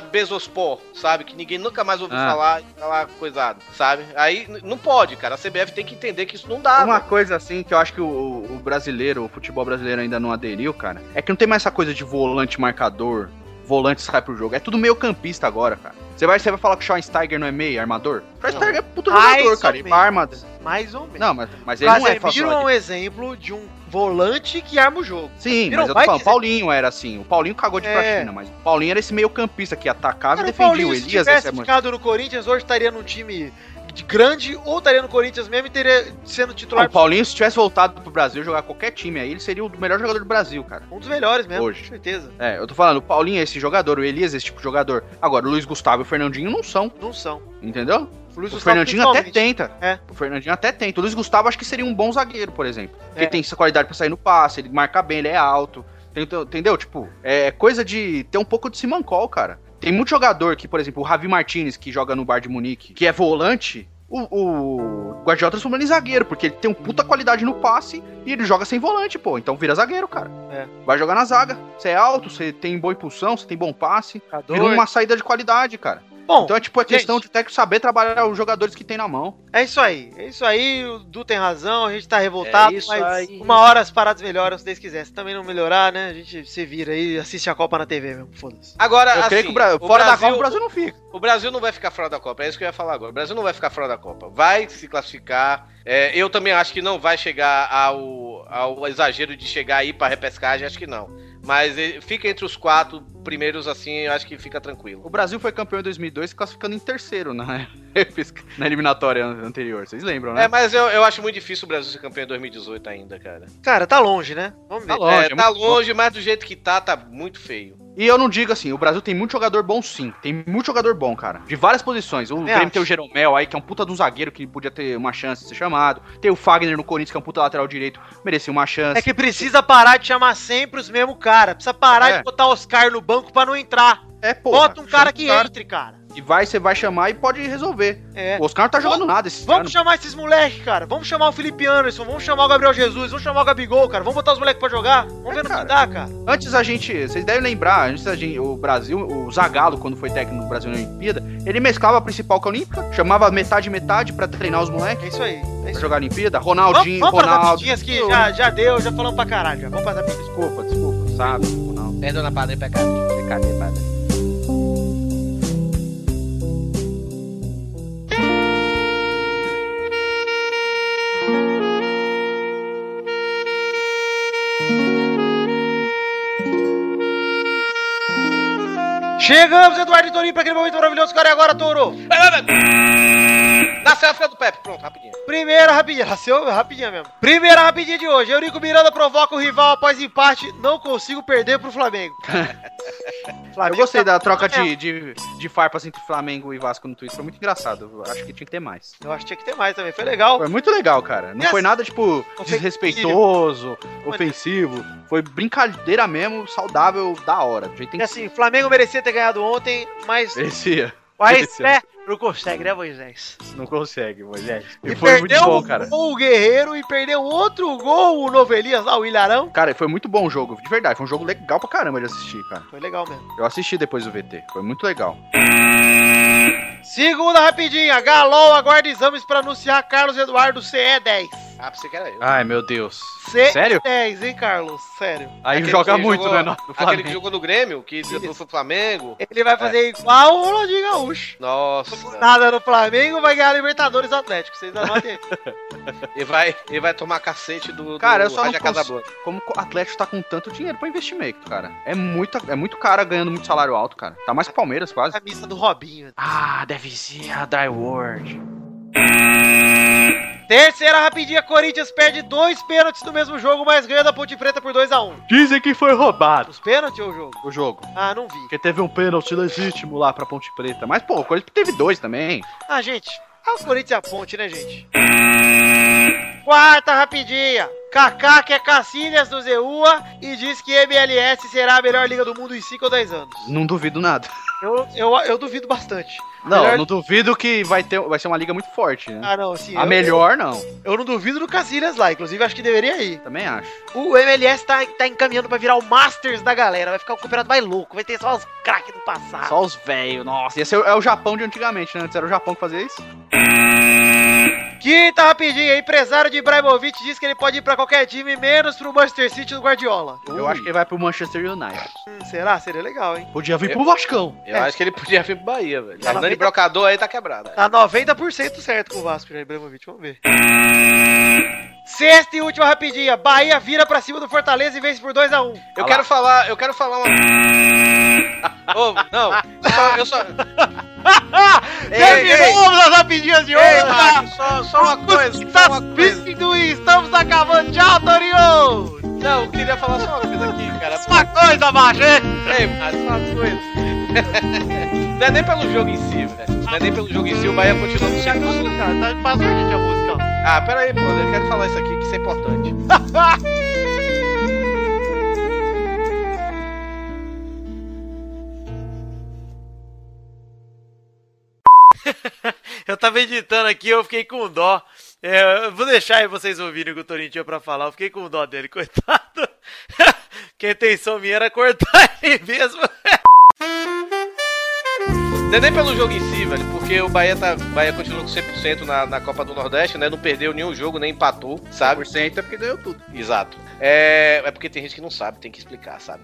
Speaker 9: Trabezospor, sabe? Que ninguém nunca mais ouviu
Speaker 8: Ah.
Speaker 9: falar e tá lá coisado, sabe? Aí n- não pode, cara. A CBF tem que entender que isso não
Speaker 2: Ah,
Speaker 9: dá.
Speaker 8: Uma
Speaker 9: velho.
Speaker 8: coisa assim que eu acho que o, o brasileiro, o futebol brasileiro ainda não aderiu, cara, é que não tem mais essa coisa de volante marcador, volante sai pro jogo. É tudo meio campista agora, cara. Você vai, você vai falar que o Schweinsteiger não é meio armador? O Schweinsteiger é puto
Speaker 2: Mais
Speaker 8: jogador,
Speaker 2: ou
Speaker 8: cara. Ele
Speaker 2: menos.
Speaker 8: arma.
Speaker 2: é. Mais ou menos.
Speaker 8: Não, mas, mas ele não é
Speaker 2: Casemiro é,
Speaker 8: fator.
Speaker 2: um exemplo de um volante que arma o jogo.
Speaker 8: Sim,
Speaker 2: Virou
Speaker 8: mas eu tô
Speaker 2: vai
Speaker 8: falando,
Speaker 2: dizer-
Speaker 8: Paulinho era assim. O Paulinho cagou de ir pra
Speaker 2: É.
Speaker 8: China, mas o Paulinho era esse meio campista que atacava
Speaker 2: Cara,
Speaker 8: e
Speaker 2: o
Speaker 8: defendia.
Speaker 2: Paulinho,
Speaker 8: o
Speaker 2: se
Speaker 8: Elias
Speaker 2: tivesse
Speaker 8: essa é muito-
Speaker 2: ficado no Corinthians, hoje estaria num time de grande ou estaria no Corinthians mesmo e teria sendo
Speaker 8: Não,
Speaker 2: titular
Speaker 8: o Paulinho, se tivesse voltado pro Brasil jogar qualquer time aí, ele seria o melhor jogador do Brasil, cara.
Speaker 2: um dos melhores mesmo,
Speaker 8: Hoje.
Speaker 2: com certeza.
Speaker 8: É, eu tô falando, o Paulinho é esse jogador, o Elias é esse tipo de jogador. Agora, o Luiz Gustavo e o Fernandinho não são,
Speaker 2: Não são.
Speaker 8: entendeu?
Speaker 2: Luiz
Speaker 8: o
Speaker 2: Gustavo,
Speaker 8: Fernandinho até
Speaker 2: principalmente.
Speaker 8: tenta.
Speaker 2: É.
Speaker 8: O Fernandinho até tenta. O Luiz Gustavo acho que seria um bom zagueiro, por exemplo. Porque
Speaker 2: É.
Speaker 8: tem essa qualidade pra sair no passe, ele marca bem, ele é alto. Tenta- Entendeu? Tipo, é coisa de ter um pouco de simancol, cara. Tem muito jogador que, por exemplo, o Javi Martinez, que joga no Bar de Munique, que é volante. O, o Guardiola transforma ele em zagueiro, porque ele tem um puta qualidade no passe e ele joga sem volante, pô. Então vira zagueiro, cara.
Speaker 2: É.
Speaker 8: Vai jogar na zaga. Você é alto, você tem boa impulsão, você tem bom passe. Vira
Speaker 2: Dois.
Speaker 8: uma saída de qualidade, cara.
Speaker 2: Bom,
Speaker 8: Então é tipo a
Speaker 2: gente.
Speaker 8: questão de técnico saber trabalhar os jogadores que tem na mão.
Speaker 2: é isso aí. É isso aí. O Du tem razão, a gente tá revoltado,
Speaker 9: É isso
Speaker 2: mas
Speaker 9: aí.
Speaker 2: uma hora as paradas melhoram se Deus quiser. Se também não melhorar, né? A gente se vira aí e assiste a Copa na TV mesmo. Foda-se.
Speaker 9: Agora,
Speaker 8: Eu creio que o Bra-
Speaker 9: É assim, o
Speaker 8: fora da
Speaker 9: Brasil-
Speaker 8: Copa o Brasil não fica.
Speaker 9: O Brasil não vai ficar fora da Copa, é isso que eu ia falar agora. O Brasil não vai ficar fora da Copa. Vai se classificar. É, eu também acho que não vai chegar ao, ao exagero de chegar aí pra repescagem, acho que não. Mas eh, fica entre os quatro primeiros, assim, eu acho que fica tranquilo.
Speaker 8: O Brasil foi campeão em 2002, se classificando em terceiro na, na eliminatória an- anterior. Vocês lembram, né?
Speaker 9: É, mas eu, eu acho muito difícil o Brasil ser campeão em 2018 ainda, cara.
Speaker 2: Cara, tá longe, né? Vamos ver.
Speaker 8: Tá longe,
Speaker 9: É,
Speaker 8: é
Speaker 9: tá
Speaker 8: muito
Speaker 9: longe, mas do jeito que tá, tá muito feio.
Speaker 8: E eu não digo assim, o Brasil tem muito jogador bom sim. Tem muito jogador bom, cara. De várias posições. O Grêmio
Speaker 2: acho.
Speaker 8: tem o Jeromel aí, que é um puta de um zagueiro que podia ter uma chance de ser chamado. Tem o Fagner no Corinthians, que é um puta lateral direito, merecia uma chance.
Speaker 2: É que precisa parar de chamar sempre os mesmos caras. Precisa parar
Speaker 8: É.
Speaker 2: de botar Oscar no banco pra não entrar.
Speaker 8: É, pô.
Speaker 2: Bota um cara que entre, cara.
Speaker 8: E vai, você vai chamar e pode resolver.
Speaker 2: É.
Speaker 8: O Oscar não tá jogando nada esse
Speaker 2: Vamos chamar esses moleques, cara. Vamos chamar o Felipe Anderson, vamos chamar o Gabriel Jesus, vamos chamar o Gabigol, cara. Vamos botar os moleques pra jogar. Vamos
Speaker 8: É,
Speaker 2: ver no
Speaker 8: cara.
Speaker 2: que dá, cara.
Speaker 8: Antes a gente, vocês devem lembrar, antes a gente, o Brasil, o Zagallo, quando foi técnico do Brasil na Olimpíada, ele mesclava a principal com a Olímpica, chamava metade metade pra treinar os moleques
Speaker 2: É isso aí. É
Speaker 8: pra
Speaker 2: isso aí.
Speaker 8: jogar a Olimpíada,
Speaker 2: Vamos,
Speaker 8: Ronaldinho,
Speaker 2: vamos pras
Speaker 8: Ronaldo.
Speaker 2: rapidinhas que já, já deu, já falamos pra caralho. Já. Vamos pras rapidinhas.
Speaker 8: Desculpa, desculpa, sabe, Tipo, Ronaldo.
Speaker 9: Perdão na
Speaker 8: é
Speaker 9: parada, pecado.
Speaker 8: Cadê, padre?
Speaker 2: Chegamos, Eduardo e Torinho, pra aquele momento maravilhoso. Cara, e agora, Touro?
Speaker 9: Nasceu a filha do Pepe, pronto, rapidinho.
Speaker 2: Primeira rapidinha, nasceu rapidinha mesmo. Primeira rapidinha de hoje. Eurico Miranda provoca o rival após empate. Não consigo perder pro Flamengo.
Speaker 8: Eu
Speaker 2: Flamengo
Speaker 8: gostei
Speaker 2: tá-
Speaker 8: da troca de, de, de farpas entre Flamengo e Vasco no Twitter, foi muito engraçado, eu acho que tinha que ter mais.
Speaker 2: Eu acho que tinha que ter mais também. Foi legal.
Speaker 8: Foi muito legal, cara, não
Speaker 2: Yes.
Speaker 8: foi nada, tipo,
Speaker 2: Ofensivo.
Speaker 8: desrespeitoso, ofensivo, foi brincadeira mesmo, saudável, da hora, do jeito que
Speaker 2: E
Speaker 8: tem
Speaker 2: assim, Flamengo merecia ter ganhado ontem, mas
Speaker 8: que merecia.
Speaker 2: o Ares,
Speaker 8: merecia.
Speaker 2: né? Não consegue, né, Moisés?
Speaker 8: Não consegue, Moisés. E
Speaker 2: E
Speaker 8: foi muito
Speaker 2: perdeu um
Speaker 8: bom, cara.
Speaker 2: o Guerreiro e perdeu outro gol, o Novelias lá, o Ilharão.
Speaker 8: Cara, foi muito bom o jogo, de verdade. Foi um jogo legal pra caramba de assistir, cara.
Speaker 2: Foi legal mesmo.
Speaker 8: Eu assisti depois do VT. Foi muito legal.
Speaker 2: Segunda rapidinha, Galol aguarda exames para anunciar Carlos Eduardo CE10.
Speaker 9: Ah, pensei que era eu.
Speaker 8: Ai, meu Deus.
Speaker 2: C
Speaker 8: Sério?
Speaker 2: 10, hein, Carlos? Sério.
Speaker 8: Aí
Speaker 9: Aquele
Speaker 8: joga
Speaker 9: que
Speaker 8: muito,
Speaker 9: jogou-
Speaker 8: né? No, no
Speaker 9: Aquele que
Speaker 8: Flamengo.
Speaker 9: jogou no Grêmio, que desatou pro Flamengo.
Speaker 2: Ele vai
Speaker 8: É.
Speaker 2: fazer igual o Ronaldinho Gaúcho.
Speaker 9: Nossa.
Speaker 2: Nada no Flamengo, vai ganhar a Libertadores do Atlético. Vocês anotem aí.
Speaker 9: Ele vai, ele vai tomar cacete do.
Speaker 8: Cara,
Speaker 9: do
Speaker 8: eu só não
Speaker 9: Raja
Speaker 8: cons-
Speaker 9: Casablanca.
Speaker 8: Como o Atlético tá com tanto dinheiro pra investimento, cara. É muito, é muito cara ganhando muito salário alto, cara. Tá mais que o Palmeiras, quase.
Speaker 2: Camisa do Robinho.
Speaker 8: Ah, deve ser a Die World.
Speaker 2: Terceira rapidinha, Corinthians perde dois pênaltis no mesmo jogo, mas ganha da Ponte Preta por 2x1.
Speaker 8: Dizem que foi roubado
Speaker 2: Os pênaltis ou o jogo?
Speaker 8: o jogo.
Speaker 2: Ah, não vi.
Speaker 8: Porque teve um pênalti legítimo lá pra Ponte Preta. Mas, pô, o Corinthians teve dois também.
Speaker 2: Ah, gente, é o Corinthians e a Ponte, né, gente? Quarta rapidinha. Kaká quer Cacilhas do Zeua e diz que MLS será a melhor liga do mundo em 5 ou 10 anos.
Speaker 8: Não duvido nada.
Speaker 2: Eu, eu, eu duvido bastante.
Speaker 8: Não,
Speaker 2: Melhor-
Speaker 8: não duvido que vai, ter, vai ser uma liga muito forte, né?
Speaker 2: Ah, não, assim.
Speaker 8: A
Speaker 2: eu,
Speaker 8: melhor, não.
Speaker 2: Eu não duvido do Cacilhas lá, inclusive acho que deveria ir.
Speaker 8: Também acho.
Speaker 2: O MLS tá, tá encaminhando pra virar o Masters da galera. Vai ficar o campeonato mais louco. Vai ter só os craques do passado.
Speaker 8: Só os velhos, nossa. Esse é o- é o Japão de antigamente, né? Antes era o Japão que fazia isso.
Speaker 2: Quinta rapidinha. Empresário de Ibrahimovic diz que ele pode ir pra qualquer time, menos pro Manchester City do Guardiola.
Speaker 8: Eu acho que ele vai pro Manchester United.
Speaker 2: Hum, será? Seria legal, hein?
Speaker 8: Podia vir
Speaker 9: Eu-
Speaker 8: pro Vascão.
Speaker 9: Eu acho que ele podia vir pro Bahia, velho.
Speaker 2: Tá na
Speaker 9: Hernani
Speaker 2: vida-
Speaker 9: Brocador aí tá quebrado.
Speaker 2: Tá 90% certo com o Vasco, já Ibrahimovic. Vamos ver. Sexta e última rapidinha. Bahia vira pra cima do Fortaleza e vence por 2x1.
Speaker 9: Eu
Speaker 8: Olha
Speaker 9: quero falar, eu quero falar uma. Ô, não, só- eu só. ei, ei,
Speaker 2: Terminamos as rapidinhas de
Speaker 9: ei,
Speaker 2: hoje.
Speaker 9: Macho, só, só uma coisa, só
Speaker 2: Tá
Speaker 9: uma coisa.
Speaker 2: vindo e estamos acabando. Tchau, Torinho!
Speaker 9: Não, eu queria falar só uma coisa aqui, cara.
Speaker 2: Uma coisa, Macho, hein?
Speaker 9: Ei, Macho, só uma coisa. Não é nem pelo jogo em si, velho. Não é nem pelo jogo em si, o Bahia continua no
Speaker 2: Tá
Speaker 9: segundo.
Speaker 2: bom, cara. Tá- Passou, gente, a música. ó.
Speaker 9: Ah, pera aí, pô, eu quero falar isso aqui, que isso é importante.
Speaker 2: Eu tava editando aqui, eu fiquei com dó. É, eu vou deixar aí vocês ouvirem o que o Torinho tinha pra falar. Eu fiquei com dó dele, coitado. Quem tem som minha era cortar ele mesmo.
Speaker 9: Não é nem pelo jogo em si, velho, porque o Bahia, tá, o Bahia continuou com 100% na, na Copa do Nordeste, né? Não perdeu nenhum jogo, nem empatou, sabe?
Speaker 8: 100% é porque ganhou tudo.
Speaker 9: Exato. É, é porque tem gente que não sabe, tem que explicar,
Speaker 8: Uhum.
Speaker 9: sabe?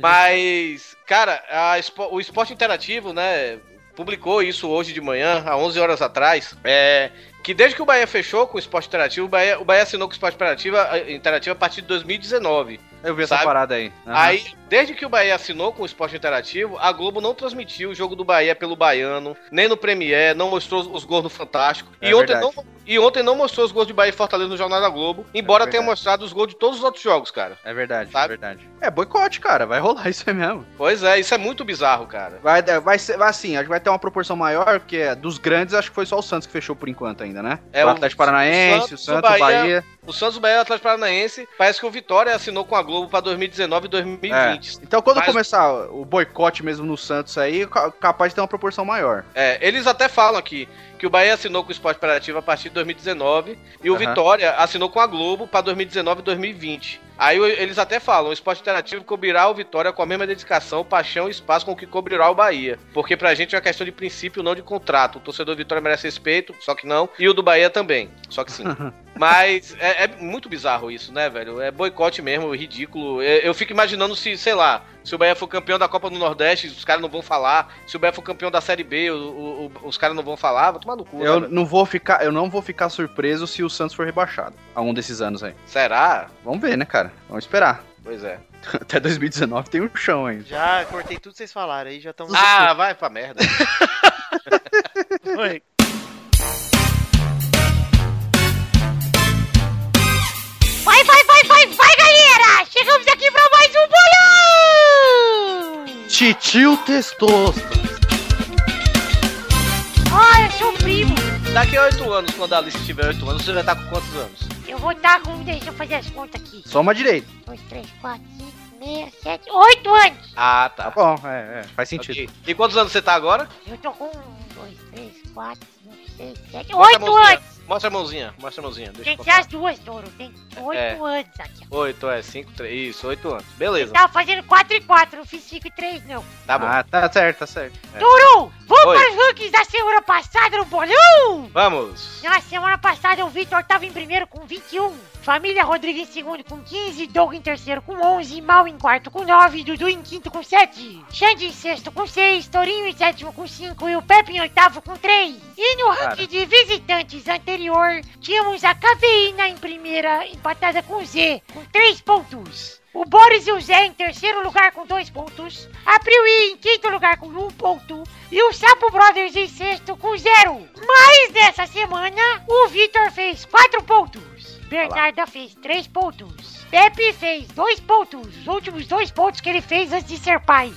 Speaker 9: Mas, cara, a espo- o esporte interativo, né? Publicou isso hoje de manhã, há 11 horas atrás. É, que desde que o Bahia fechou com o esporte interativo, o Bahia, o Bahia assinou com o esporte interativo, a- interativo a partir de 2019.
Speaker 8: Eu vi
Speaker 9: Sabe?
Speaker 8: essa parada aí. Aham.
Speaker 9: Aí, desde que o Bahia assinou com o Esporte Interativo, a Globo não transmitiu o jogo do Bahia pelo Baiano, nem no Premier, não mostrou os gols no Fantástico.
Speaker 8: É
Speaker 9: e, ontem
Speaker 8: verdade.
Speaker 9: não, e ontem não mostrou os gols de Bahia e Fortaleza no Jornal da Globo, embora tenha
Speaker 8: É verdade.
Speaker 9: mostrado os gols de todos os outros jogos, cara.
Speaker 8: É verdade,
Speaker 9: Sabe?
Speaker 8: é verdade. É boicote, cara. Vai rolar isso aí mesmo.
Speaker 9: Pois é, isso é muito bizarro, cara.
Speaker 8: Vai, vai ser vai assim, acho que vai ter uma proporção maior, porque é, dos grandes, acho que foi só o Santos que fechou por enquanto ainda, né?
Speaker 9: É,
Speaker 8: o
Speaker 9: o-
Speaker 8: Atlético Paranaense, o Santos, o Bahia.
Speaker 9: O Santos, o Bahia e o Atlético Paranaense, parece que o Vitória assinou com a Globo pra 2019 e 2020.
Speaker 8: Então, quando
Speaker 9: Mas-
Speaker 8: começar o boicote mesmo no Santos aí, ca- capaz de ter uma proporção maior.
Speaker 9: É, eles até falam aqui que o Bahia assinou com o Esporte Interativo a partir de 2019 e o
Speaker 8: Aham.
Speaker 9: Vitória assinou com a Globo pra 2019 e 2020. Aí o- eles até falam, o Esporte Interativo cobrirá o Vitória com a mesma dedicação, paixão e espaço com que cobrirá o Bahia. Porque pra gente é uma questão de princípio, não de contrato. O torcedor do Vitória merece respeito, só que não, e o do Bahia também, só que sim. Mas é, é muito bizarro isso, né, velho? É boicote mesmo, ridículo. É, Eu fico imaginando se, sei lá, se o Bahia for campeão da Copa do Nordeste, os caras não vão falar. Se o Bahia for campeão da Série B, o- o- o- os caras não vão falar. Vai tomar no cu, né,
Speaker 8: Eu
Speaker 9: velho?
Speaker 8: não vou ficar, eu não vou ficar surpreso se o Santos for rebaixado a um desses anos aí.
Speaker 9: Será?
Speaker 8: Vamos ver, né, cara? Vamos esperar.
Speaker 9: Pois é.
Speaker 8: Até 2019 tem um chão ainda.
Speaker 2: Já cortei tudo que vocês falaram aí, já estão.
Speaker 9: Ah, vai pra merda.
Speaker 2: Oi.
Speaker 10: Vai, vai, vai, vai, vai, galera! Chegamos aqui pra mais um bolão!
Speaker 8: Titio Testoso.
Speaker 10: Ah, eu sou o primo.
Speaker 9: Daqui a oito anos, quando a Alice tiver oito anos, você vai estar com quantos anos?
Speaker 10: Eu vou estar com... Deixa eu fazer as contas aqui.
Speaker 8: Soma direito.
Speaker 10: 2, 3, 4, 5, 6, 7, 8 anos.
Speaker 9: Ah, tá.
Speaker 8: Tá bom, é, é, faz sentido.
Speaker 9: Ok. E quantos anos você tá agora?
Speaker 10: Eu tô com 1, 2, 3, 4, 5, 6,
Speaker 9: Mostra
Speaker 10: 7,
Speaker 9: a
Speaker 10: 8
Speaker 9: mãozinha.
Speaker 10: anos.
Speaker 9: Mostra a mãozinha. Mostra a mãozinha. Deixa
Speaker 10: Tem
Speaker 9: eu
Speaker 10: que ser
Speaker 9: contar.
Speaker 10: as duas, Toro. Tem 8
Speaker 9: É.
Speaker 10: anos aqui. ó.
Speaker 9: Oito, é. Cinco, três. Isso, oito anos. Beleza.
Speaker 10: Tava fazendo 4 e 4, não fiz 5 e 3, não.
Speaker 9: Tá bom.
Speaker 8: Ah, tá certo, tá certo.
Speaker 10: Toro, vamos
Speaker 9: É. Oi.
Speaker 10: para os ranking notícias da semana passada no bolão?
Speaker 9: Vamos.
Speaker 10: Na semana passada, o Vitor tava em primeiro com 21. Família Rodrigo em segundo com 15. Doug em terceiro com 11. Mal em quarto com 9. Dudu em quinto com 7. Xande em sexto com 6. Torinho em sétimo com 5. E o Pepe em oitavo com 3. E no ranking de visitantes anterior, tínhamos a Cafeína em primeira, empatada com o Z, com 3 pontos. O Boris e o Zé em terceiro lugar com dois pontos. A Priui em quinto lugar com um ponto. E o Sapo Brothers em sexto com zero. Mas nessa semana, o Vitor fez quatro pontos. Bernarda fez três pontos. Pepe fez dois pontos. Os últimos dois pontos que ele fez antes de ser pai.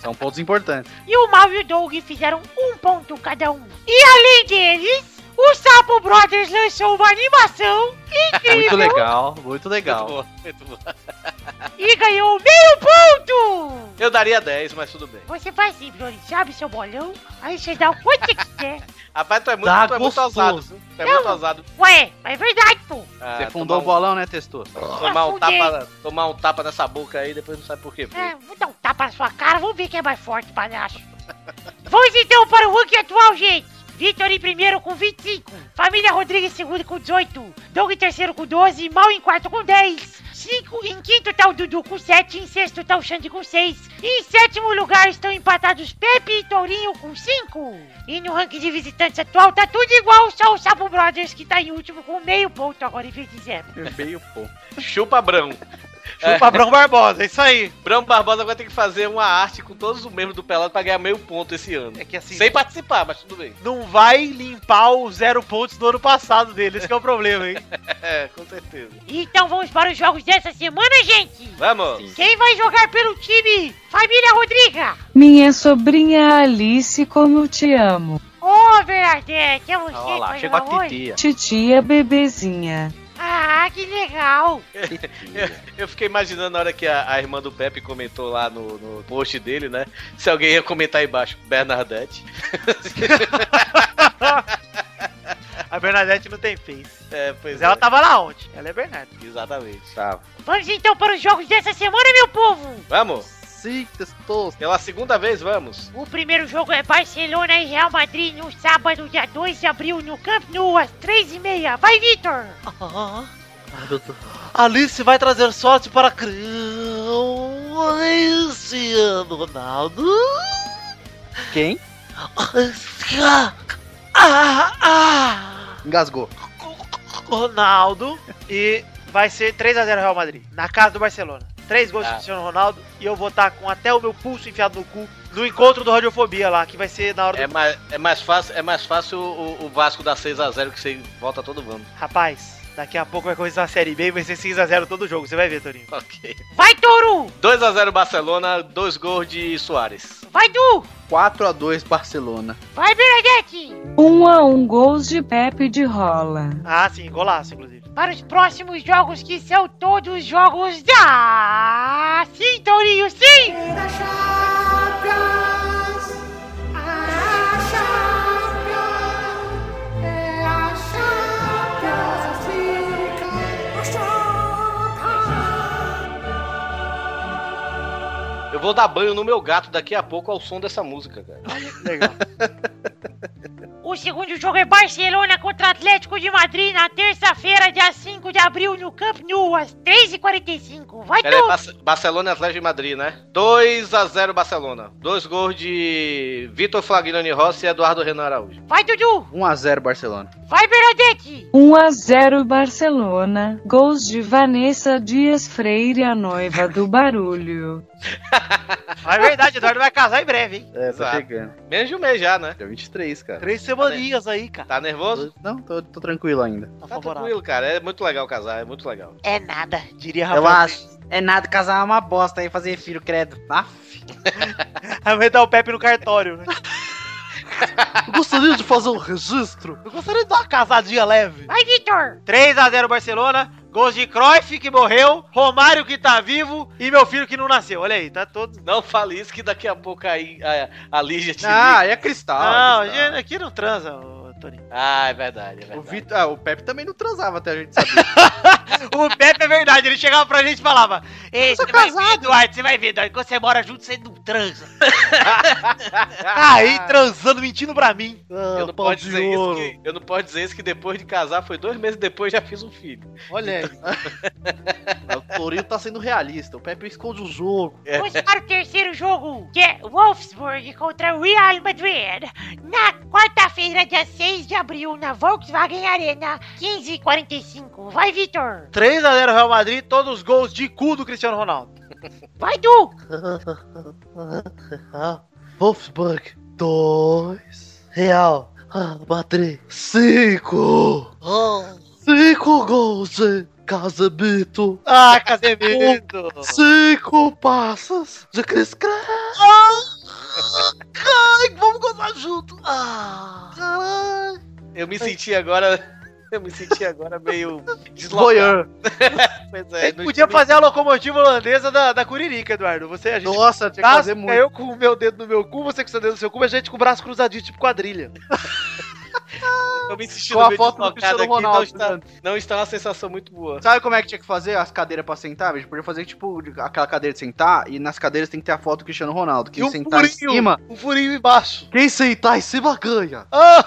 Speaker 8: São pontos importantes.
Speaker 10: E o Mal e o Doug fizeram um ponto cada um. E além deles, o Sapo Brothers lançou uma animação
Speaker 8: Tá Muito
Speaker 10: incrível
Speaker 8: legal, muito legal.
Speaker 9: Muito bom.
Speaker 10: e ganhou meio ponto!
Speaker 9: Eu daria 10, mas tudo bem.
Speaker 10: Você faz assim, Flores, abre seu bolão, aí você dá o quanto você quiser.
Speaker 9: Rapaz, tu é muito,
Speaker 8: Tá
Speaker 9: tu é muito
Speaker 8: gostoso.
Speaker 9: ousado. viu? Tu é
Speaker 10: Não.
Speaker 9: muito ousado.
Speaker 10: Ué, mas é verdade, pô.
Speaker 9: Ah,
Speaker 8: Você fundou o
Speaker 9: tomar
Speaker 8: bolão, né, Testor?
Speaker 9: um- Tomar um,
Speaker 10: Afundei.
Speaker 9: tapa, tomar um tapa nessa boca aí, depois não sabe por quê. foi.
Speaker 10: É, vou dar um tapa na sua cara, vamos ver quem é mais forte, palhaço. Vamos então para o ranking atual, gente. Vitor em primeiro com 25. Família Rodrigues em segundo com 18. Doug em terceiro com 12. Mal em quarto com 10. Cinco, em quinto tá o Dudu com 7. Em sexto tá o Xande com 6. Em sétimo lugar estão empatados Pepe e Tourinho com 5. E no ranking de visitantes atual tá tudo igual, só o Sapo Brothers que tá em último com meio ponto agora em vez de zero.
Speaker 8: Meio pouco.
Speaker 9: Chupa Brão.
Speaker 2: Chupa Brão Barbosa, é isso aí.
Speaker 9: Brão Barbosa agora tem que fazer uma arte com todos os membros do Pelado pra ganhar meio ponto esse ano.
Speaker 2: É que assim,
Speaker 9: Sem participar, mas tudo bem.
Speaker 2: não vai limpar os zero pontos do ano passado dele, esse que é o problema, hein?
Speaker 9: É, com certeza.
Speaker 10: Então vamos para os jogos dessa semana, gente.
Speaker 9: Vamos.
Speaker 10: Quem vai jogar pelo time? Família Rodriga!
Speaker 5: Minha sobrinha Alice, como te amo.
Speaker 10: Ô, Bernadette, é você
Speaker 8: Olha
Speaker 10: que
Speaker 8: lá,
Speaker 10: vai
Speaker 8: chegou
Speaker 10: jogar
Speaker 8: a
Speaker 10: hoje?
Speaker 8: titia.
Speaker 5: Titia bebezinha.
Speaker 10: Ah, que legal!
Speaker 9: Eu fiquei imaginando na hora que a, a irmã do Pepe comentou lá no, no post dele, né? Se alguém ia comentar aí embaixo, Bernadette.
Speaker 2: A Bernadette não tem face.
Speaker 9: É, pois
Speaker 2: Mas ela tava lá ontem, ela é Bernadette.
Speaker 9: Exatamente.
Speaker 8: Tá.
Speaker 10: Vamos então para os jogos dessa semana, meu povo!
Speaker 9: Vamos?
Speaker 8: Sim, Testor.
Speaker 9: Pela segunda vez, vamos.
Speaker 10: O primeiro jogo é Barcelona e Real Madrid no sábado, dia 2 de abril, no Camp Nou, às 3h30. Vai, Vitor!
Speaker 7: Ah, Alice vai trazer sorte para a Cristiano Ronaldo.
Speaker 8: Quem?
Speaker 7: Ah, ah, ah.
Speaker 8: Engasgou.
Speaker 2: Ronaldo e vai ser 3x0 Real Madrid, na casa do Barcelona. Três gols
Speaker 9: Ah.
Speaker 2: do Cristiano Ronaldo e eu vou estar com até o meu pulso enfiado no cu no encontro do Radiofobia lá, que vai ser na hora
Speaker 9: É
Speaker 2: do.
Speaker 9: mais, é mais fácil, é mais fácil o, o Vasco dar 6x0 que você volta todo mundo.
Speaker 2: Rapaz, daqui a pouco vai começar a Série B e vai ser 6x0 todo jogo, você vai ver, Torinho.
Speaker 9: Ok.
Speaker 10: Vai, Toru!
Speaker 9: 2x0 Barcelona, dois gols de Soares.
Speaker 10: Vai, Du!
Speaker 8: 4x2 Barcelona.
Speaker 10: Vai, Bernadette!
Speaker 5: Um a um gols de Pepe de rola.
Speaker 2: Ah, sim, golaço, inclusive.
Speaker 10: Para os próximos jogos, que são todos jogos da. Sim, Tourinho, sim!
Speaker 9: Eu vou dar banho no meu gato daqui a pouco ao som dessa música, cara.
Speaker 2: Legal.
Speaker 10: O segundo jogo é Barcelona contra Atlético de Madrid na terça-feira, dia 5 de abril, no Camp Nou, às 3h45. Vai,
Speaker 9: Pera aí,
Speaker 10: Tu!
Speaker 9: é Barce- Barcelona e Atlético de Madrid, né? 2x0 Barcelona. Dois gols de Vitor Flagnani Rossi e Eduardo Renan Araújo.
Speaker 10: Vai, Dudu!
Speaker 8: 1x0 Barcelona.
Speaker 10: Vai, Bernadette!
Speaker 5: 1 a 0 Barcelona. Gols de Vanessa Dias Freire, a noiva do barulho.
Speaker 2: Mas é verdade, Eduardo vai casar em breve, hein?
Speaker 8: É, tá
Speaker 9: Exato.
Speaker 8: chegando.
Speaker 9: Menos de um mês já, né?
Speaker 8: Dia 23, cara.
Speaker 2: Três semaninhas aí, cara.
Speaker 9: Tá nervoso?
Speaker 8: Não, tô, tô tranquilo ainda.
Speaker 2: Tá
Speaker 9: Tá
Speaker 2: favorável.
Speaker 9: tranquilo, cara. É muito legal casar, é muito legal.
Speaker 10: É nada.
Speaker 2: Diria Rafael.
Speaker 8: É nada, casar é uma bosta aí, fazer filho, credo.
Speaker 2: Ah,
Speaker 8: Aff.
Speaker 2: Aí vai dar o Pepe no cartório, né?
Speaker 7: Eu gostaria de fazer um registro. Eu gostaria de dar uma casadinha leve.
Speaker 10: Vai, Vitor!
Speaker 2: 3x0 Barcelona, gols de Cruyff que morreu, Romário que tá vivo e meu filho que não nasceu. Olha aí, tá todo.
Speaker 9: Não fale isso que daqui a pouco aí a, a Lígia te liga.
Speaker 8: Ah, e a Cristal.
Speaker 2: Não,
Speaker 8: a Cristal.
Speaker 2: gente, aqui não transa, ô, Toninho.
Speaker 9: Ah, é verdade, é
Speaker 8: O,
Speaker 9: verdade.
Speaker 8: Vitor, ah, o Pepe também não transava até a gente saber.
Speaker 2: O Pepe é verdade, ele chegava pra gente e falava: Ei, você vai ver, Eduardo, você vai ver, Eduardo, quando você mora junto, você não
Speaker 7: transa. Aí transando, mentindo pra mim.
Speaker 9: Eu não, posso dizer isso que, eu não posso dizer isso que depois de casar foi dois meses depois já fiz um filho.
Speaker 7: Olha aí. o Torinho tá sendo realista. O Pepe esconde o jogo.
Speaker 10: Vamos para o terceiro jogo, que é Wolfsburg contra o Real Madrid. Na quarta-feira, dia 6 de abril, na Volkswagen Arena, 15h45. Vai, Vitor!
Speaker 2: 3x0 Real Madrid, todos os gols de cu do Cristiano Ronaldo.
Speaker 10: Vai, Du!
Speaker 7: Wolfsburg 2 Real Madrid 5 5 gols de Casemiro
Speaker 2: Ah, Casemiro!
Speaker 7: 5 passos de Cris
Speaker 8: Ah,
Speaker 7: Ai, vamos gozar junto Ah, caralho
Speaker 9: Eu me senti agora. Eu me senti agora meio deslocado.
Speaker 2: Voyeur.
Speaker 9: pois é,
Speaker 2: Você
Speaker 9: não
Speaker 2: podia
Speaker 9: tive-
Speaker 2: fazer a locomotiva holandesa da, da Curirica, Eduardo. Você, a gente
Speaker 7: Nossa, tinha que
Speaker 2: Nossa,
Speaker 7: fazer muito
Speaker 2: Eu com o meu dedo no meu cu, você com o seu dedo no seu cu, a gente com o braço cruzadinho, tipo quadrilha.
Speaker 9: Eu me senti
Speaker 4: Com a
Speaker 9: meio
Speaker 4: foto do Cristiano
Speaker 9: deslocado aqui. então Não
Speaker 4: Ronaldo, né?
Speaker 9: está, não está uma sensação muito boa.
Speaker 8: Sabe como é que tinha que fazer as cadeiras pra sentar? bicho? Podia fazer, tipo, aquela cadeira de sentar e nas cadeiras tem que ter a foto do Cristiano Ronaldo. Quem
Speaker 7: E um
Speaker 8: sentar em
Speaker 7: furinho.
Speaker 8: cima.
Speaker 7: Um furinho embaixo
Speaker 8: Quem sentar em cima ganha.
Speaker 2: Ah!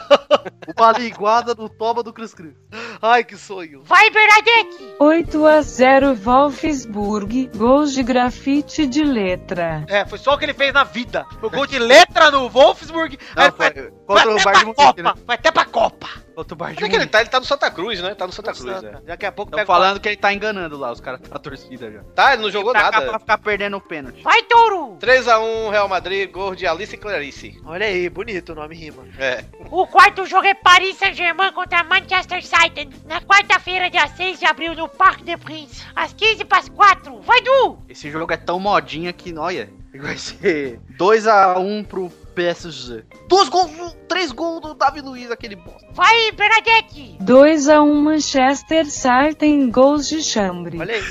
Speaker 7: Uma linguada no toba do Cris Cris Ai, que sonho
Speaker 10: Vai, Bernadette!
Speaker 5: 8 a 0 Wolfsburg, gols de grafite de letra.
Speaker 2: É, foi só o que ele fez na vida. O gol de letra no Wolfsburg.
Speaker 8: Não,
Speaker 2: aí
Speaker 8: foi,
Speaker 2: foi, vai
Speaker 8: contra o
Speaker 2: até pra Copa.
Speaker 8: Bayern de Munique, né?
Speaker 2: Foi até pra Copa.
Speaker 8: Contra o
Speaker 9: Onde é
Speaker 8: Bayern de
Speaker 9: que ele
Speaker 8: Munique.
Speaker 9: tá? Ele tá no Santa Cruz, né? Tá no Santa Cruz, né?
Speaker 2: Daqui a pouco
Speaker 8: Estão É. falando que ele tá enganando lá, os caras da torcida já.
Speaker 9: Tá, ele não jogou
Speaker 8: Pra cá pra
Speaker 9: nada.
Speaker 8: ficar perdendo o pênalti.
Speaker 10: Vai, Touro!
Speaker 9: 3x1 Real Madrid, gol de Alice Clarice.
Speaker 2: Olha aí, bonito o nome rima.
Speaker 9: É.
Speaker 10: O quarto jogo é Paris Saint-Germain contra Manchester City. Na quarta-feira, dia 6 de abril, no Parque de Prince, às 15 para 4. Vai, Du!
Speaker 8: Esse jogo é tão modinha que, olha, vai ser 2x1 pro PSG. Dois gols, um, três gols do Davi Luiz, aquele bosta.
Speaker 10: Vai, Bernadette!
Speaker 5: 2 a 1 Manchester City em gols de chambre.
Speaker 2: Olha aí.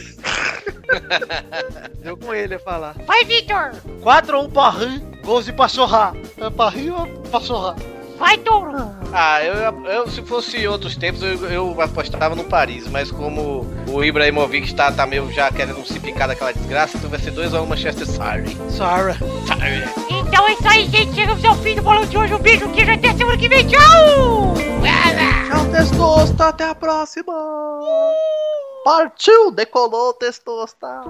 Speaker 2: Deu com ele a falar.
Speaker 10: Vai, Vitor!
Speaker 2: 4x1 Paris, um gols de Pachorra.
Speaker 7: É barril ou pachorra?
Speaker 10: Vai, Touro!
Speaker 9: Ah, eu, eu se fosse outros tempos, eu, eu apostava no Paris, mas como o Ibrahimovic tá, tá meio já querendo se picar daquela desgraça, então vai ser 2x1 Manchester City.
Speaker 2: Sarah.
Speaker 10: Então é isso aí, gente. Chegamos ao fim do bolão de hoje. Um beijo, um queijo. Até semana que vem. Tchau!
Speaker 8: Tchau, Testosta, até a próxima. Partiu, decolou, Testosta.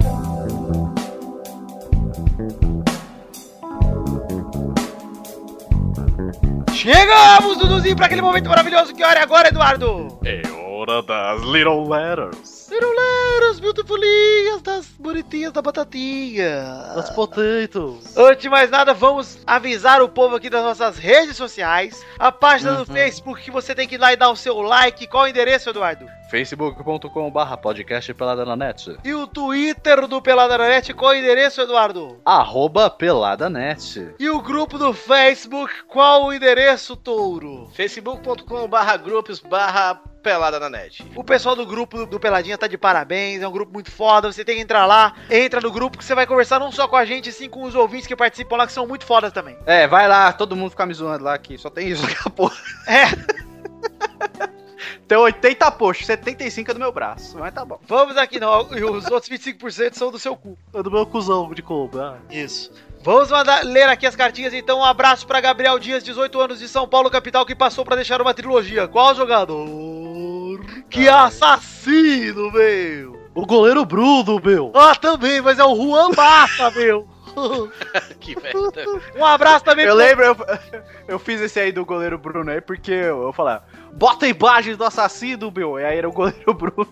Speaker 2: Chegamos, Duduzinho, pra aquele momento maravilhoso. Que hora é agora, Eduardo?
Speaker 11: É hora das Little Letters.
Speaker 7: Ceruleiros, beautifulinhas das bonitinhas da batatinha. Das potatoes.
Speaker 2: Antes de mais nada, vamos avisar o povo aqui das nossas redes sociais. A página do
Speaker 8: Uhum.
Speaker 2: Facebook que você tem que ir lá e dar o seu like. Qual é o endereço, Eduardo?
Speaker 8: facebook.com.br podcast pelada na net.
Speaker 2: E o Twitter do Peladranet, qual é o endereço, Eduardo?
Speaker 8: Arroba pelada net.
Speaker 2: E o grupo do Facebook, qual o endereço, Touro?
Speaker 9: facebook.com barra grupos barra pelada na net.
Speaker 2: O pessoal do grupo do- do Peladinha tá de parabéns, é um grupo muito foda, você tem que entrar lá, entra no grupo que você vai conversar não só com a gente, sim com os ouvintes que participam lá, que são muito fodas também.
Speaker 8: É, vai lá, todo mundo fica me zoando lá que só tem isso daqui a pouco.
Speaker 2: É,
Speaker 8: Tem 80 posts, 75 é do meu braço, mas tá bom.
Speaker 2: vamos aqui não, e os outros 25% são do seu cu.
Speaker 7: É do meu cuzão de ah. cobra.
Speaker 2: Isso. Vamos mandar, ler aqui as cartinhas, então. Um abraço pra Gabriel Dias, 18 anos, de São Paulo, capital, que passou pra deixar uma trilogia. Qual jogador?
Speaker 7: Que assassino, meu. O goleiro Bruno, meu.
Speaker 2: Ah, também, mas é o Juan Massa, meu.
Speaker 9: Que merda.
Speaker 2: Um abraço também
Speaker 8: Eu
Speaker 2: pro-
Speaker 8: lembro, eu, eu fiz esse aí do goleiro Bruno aí, porque eu, eu falava, bota imagens do assassino, meu. E aí era o goleiro Bruno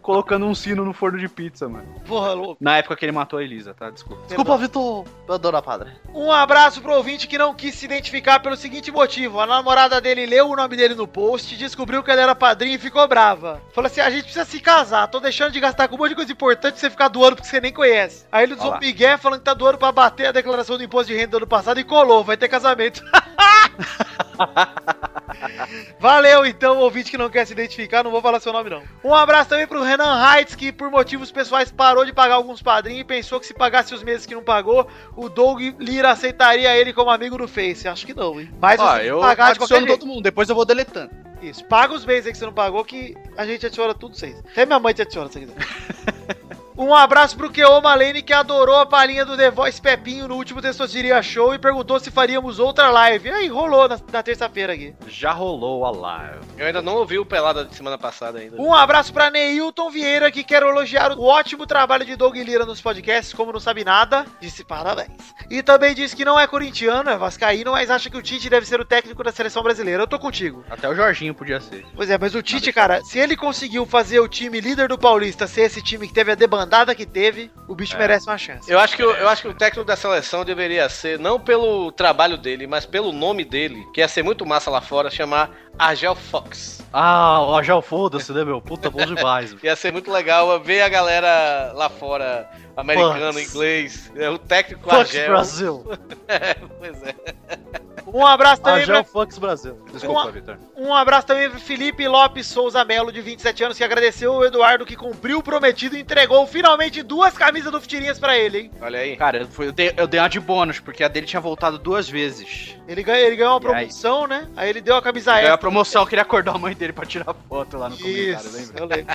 Speaker 8: colocando um sino no forno de pizza, mano.
Speaker 2: Porra, louco.
Speaker 8: Na época que ele matou a Elisa, tá? Desculpa.
Speaker 7: Desculpa, Vitor. Eu adoro a padre.
Speaker 2: Um abraço pro ouvinte que não quis se identificar pelo seguinte motivo. A namorada dele leu o nome dele no post, descobriu que ele era padrinho e ficou brava. Falou assim, a gente precisa se casar, tô deixando de gastar com um monte de coisa importante pra você ficar doando porque você nem conhece. Aí ele usou
Speaker 8: Olha
Speaker 2: o
Speaker 8: lá.
Speaker 2: Miguel falando que tá doando pra bater a declaração do imposto de renda do ano passado e colou, vai ter casamento. Valeu então, ouvinte que não quer se identificar, não vou falar seu nome não. Um abraço também pro Renan Heitz, que por motivos pessoais parou de pagar alguns padrinhos e pensou que se pagasse os meses que não pagou, o Doug Lira aceitaria ele como amigo no Face. Acho que não, hein? Mas
Speaker 8: Ó,
Speaker 2: você tem que
Speaker 8: Ah, eu
Speaker 2: pagar de qualquer
Speaker 8: adiciono
Speaker 2: jeito.
Speaker 8: todo mundo, depois eu vou deletando.
Speaker 2: Isso, paga os meses aí que você não pagou que a gente adiciona tudo vocês. Até minha mãe te adiciona, se você quiser. Um abraço pro Keo Malene, que adorou a palhinha do The Voice Pepinho no último Testosteria Show e perguntou se faríamos outra live. E aí, rolou na, na terça-feira aqui.
Speaker 9: Já rolou a live. Eu ainda não ouvi o Pelada de semana passada ainda.
Speaker 2: Um abraço pra Neilton Vieira, que quer elogiar o ótimo trabalho de Doug Lira nos podcasts, como não sabe nada, disse parabéns. E também disse que não é corintiano, é vascaíno, mas acha que o Tite deve ser o técnico da seleção brasileira. Eu tô contigo.
Speaker 8: Até o Jorginho podia ser.
Speaker 2: Pois é, mas o Tite, cara, se ele conseguiu fazer o time líder do Paulista ser esse time que teve a debandada que teve, o bicho merece uma chance.
Speaker 9: É. Eu acho, que, o- eu acho que o técnico da seleção deveria ser, não pelo trabalho dele, mas pelo nome dele, que ia ser muito massa lá fora, chamar Argel Fox.
Speaker 8: Ah, o Ajal, foda-se, né, meu? Puta, bom demais. meu.
Speaker 9: Ia ser muito legal ver a galera lá fora, americano,
Speaker 8: Fox.
Speaker 9: inglês, é, o técnico
Speaker 8: Fox
Speaker 9: Argel.
Speaker 8: Brasil.
Speaker 9: é, pois é.
Speaker 2: Um abraço também
Speaker 8: Ajal
Speaker 2: pra
Speaker 8: Fox Brasil.
Speaker 2: Uma-
Speaker 8: Desculpa, Vitor.
Speaker 2: Um abraço também pro Felipe Lopes Souza Melo, de 27 anos, que agradeceu o Eduardo que cumpriu o prometido e entregou finalmente duas camisas do Futirinhas pra ele, hein?
Speaker 9: Olha aí.
Speaker 8: Cara, eu, fui- eu dei, eu dei uma de bônus, porque a dele tinha voltado duas vezes.
Speaker 2: Ele ganhou, ele ganhou uma
Speaker 8: E aí?
Speaker 2: promoção, né? Aí ele deu a camisa
Speaker 8: Ganhou
Speaker 2: extra.
Speaker 8: a promoção, eu queria acordar a mãe dele pra tirar foto lá no comentário,
Speaker 2: Isso,
Speaker 8: lembra?
Speaker 2: eu lembro.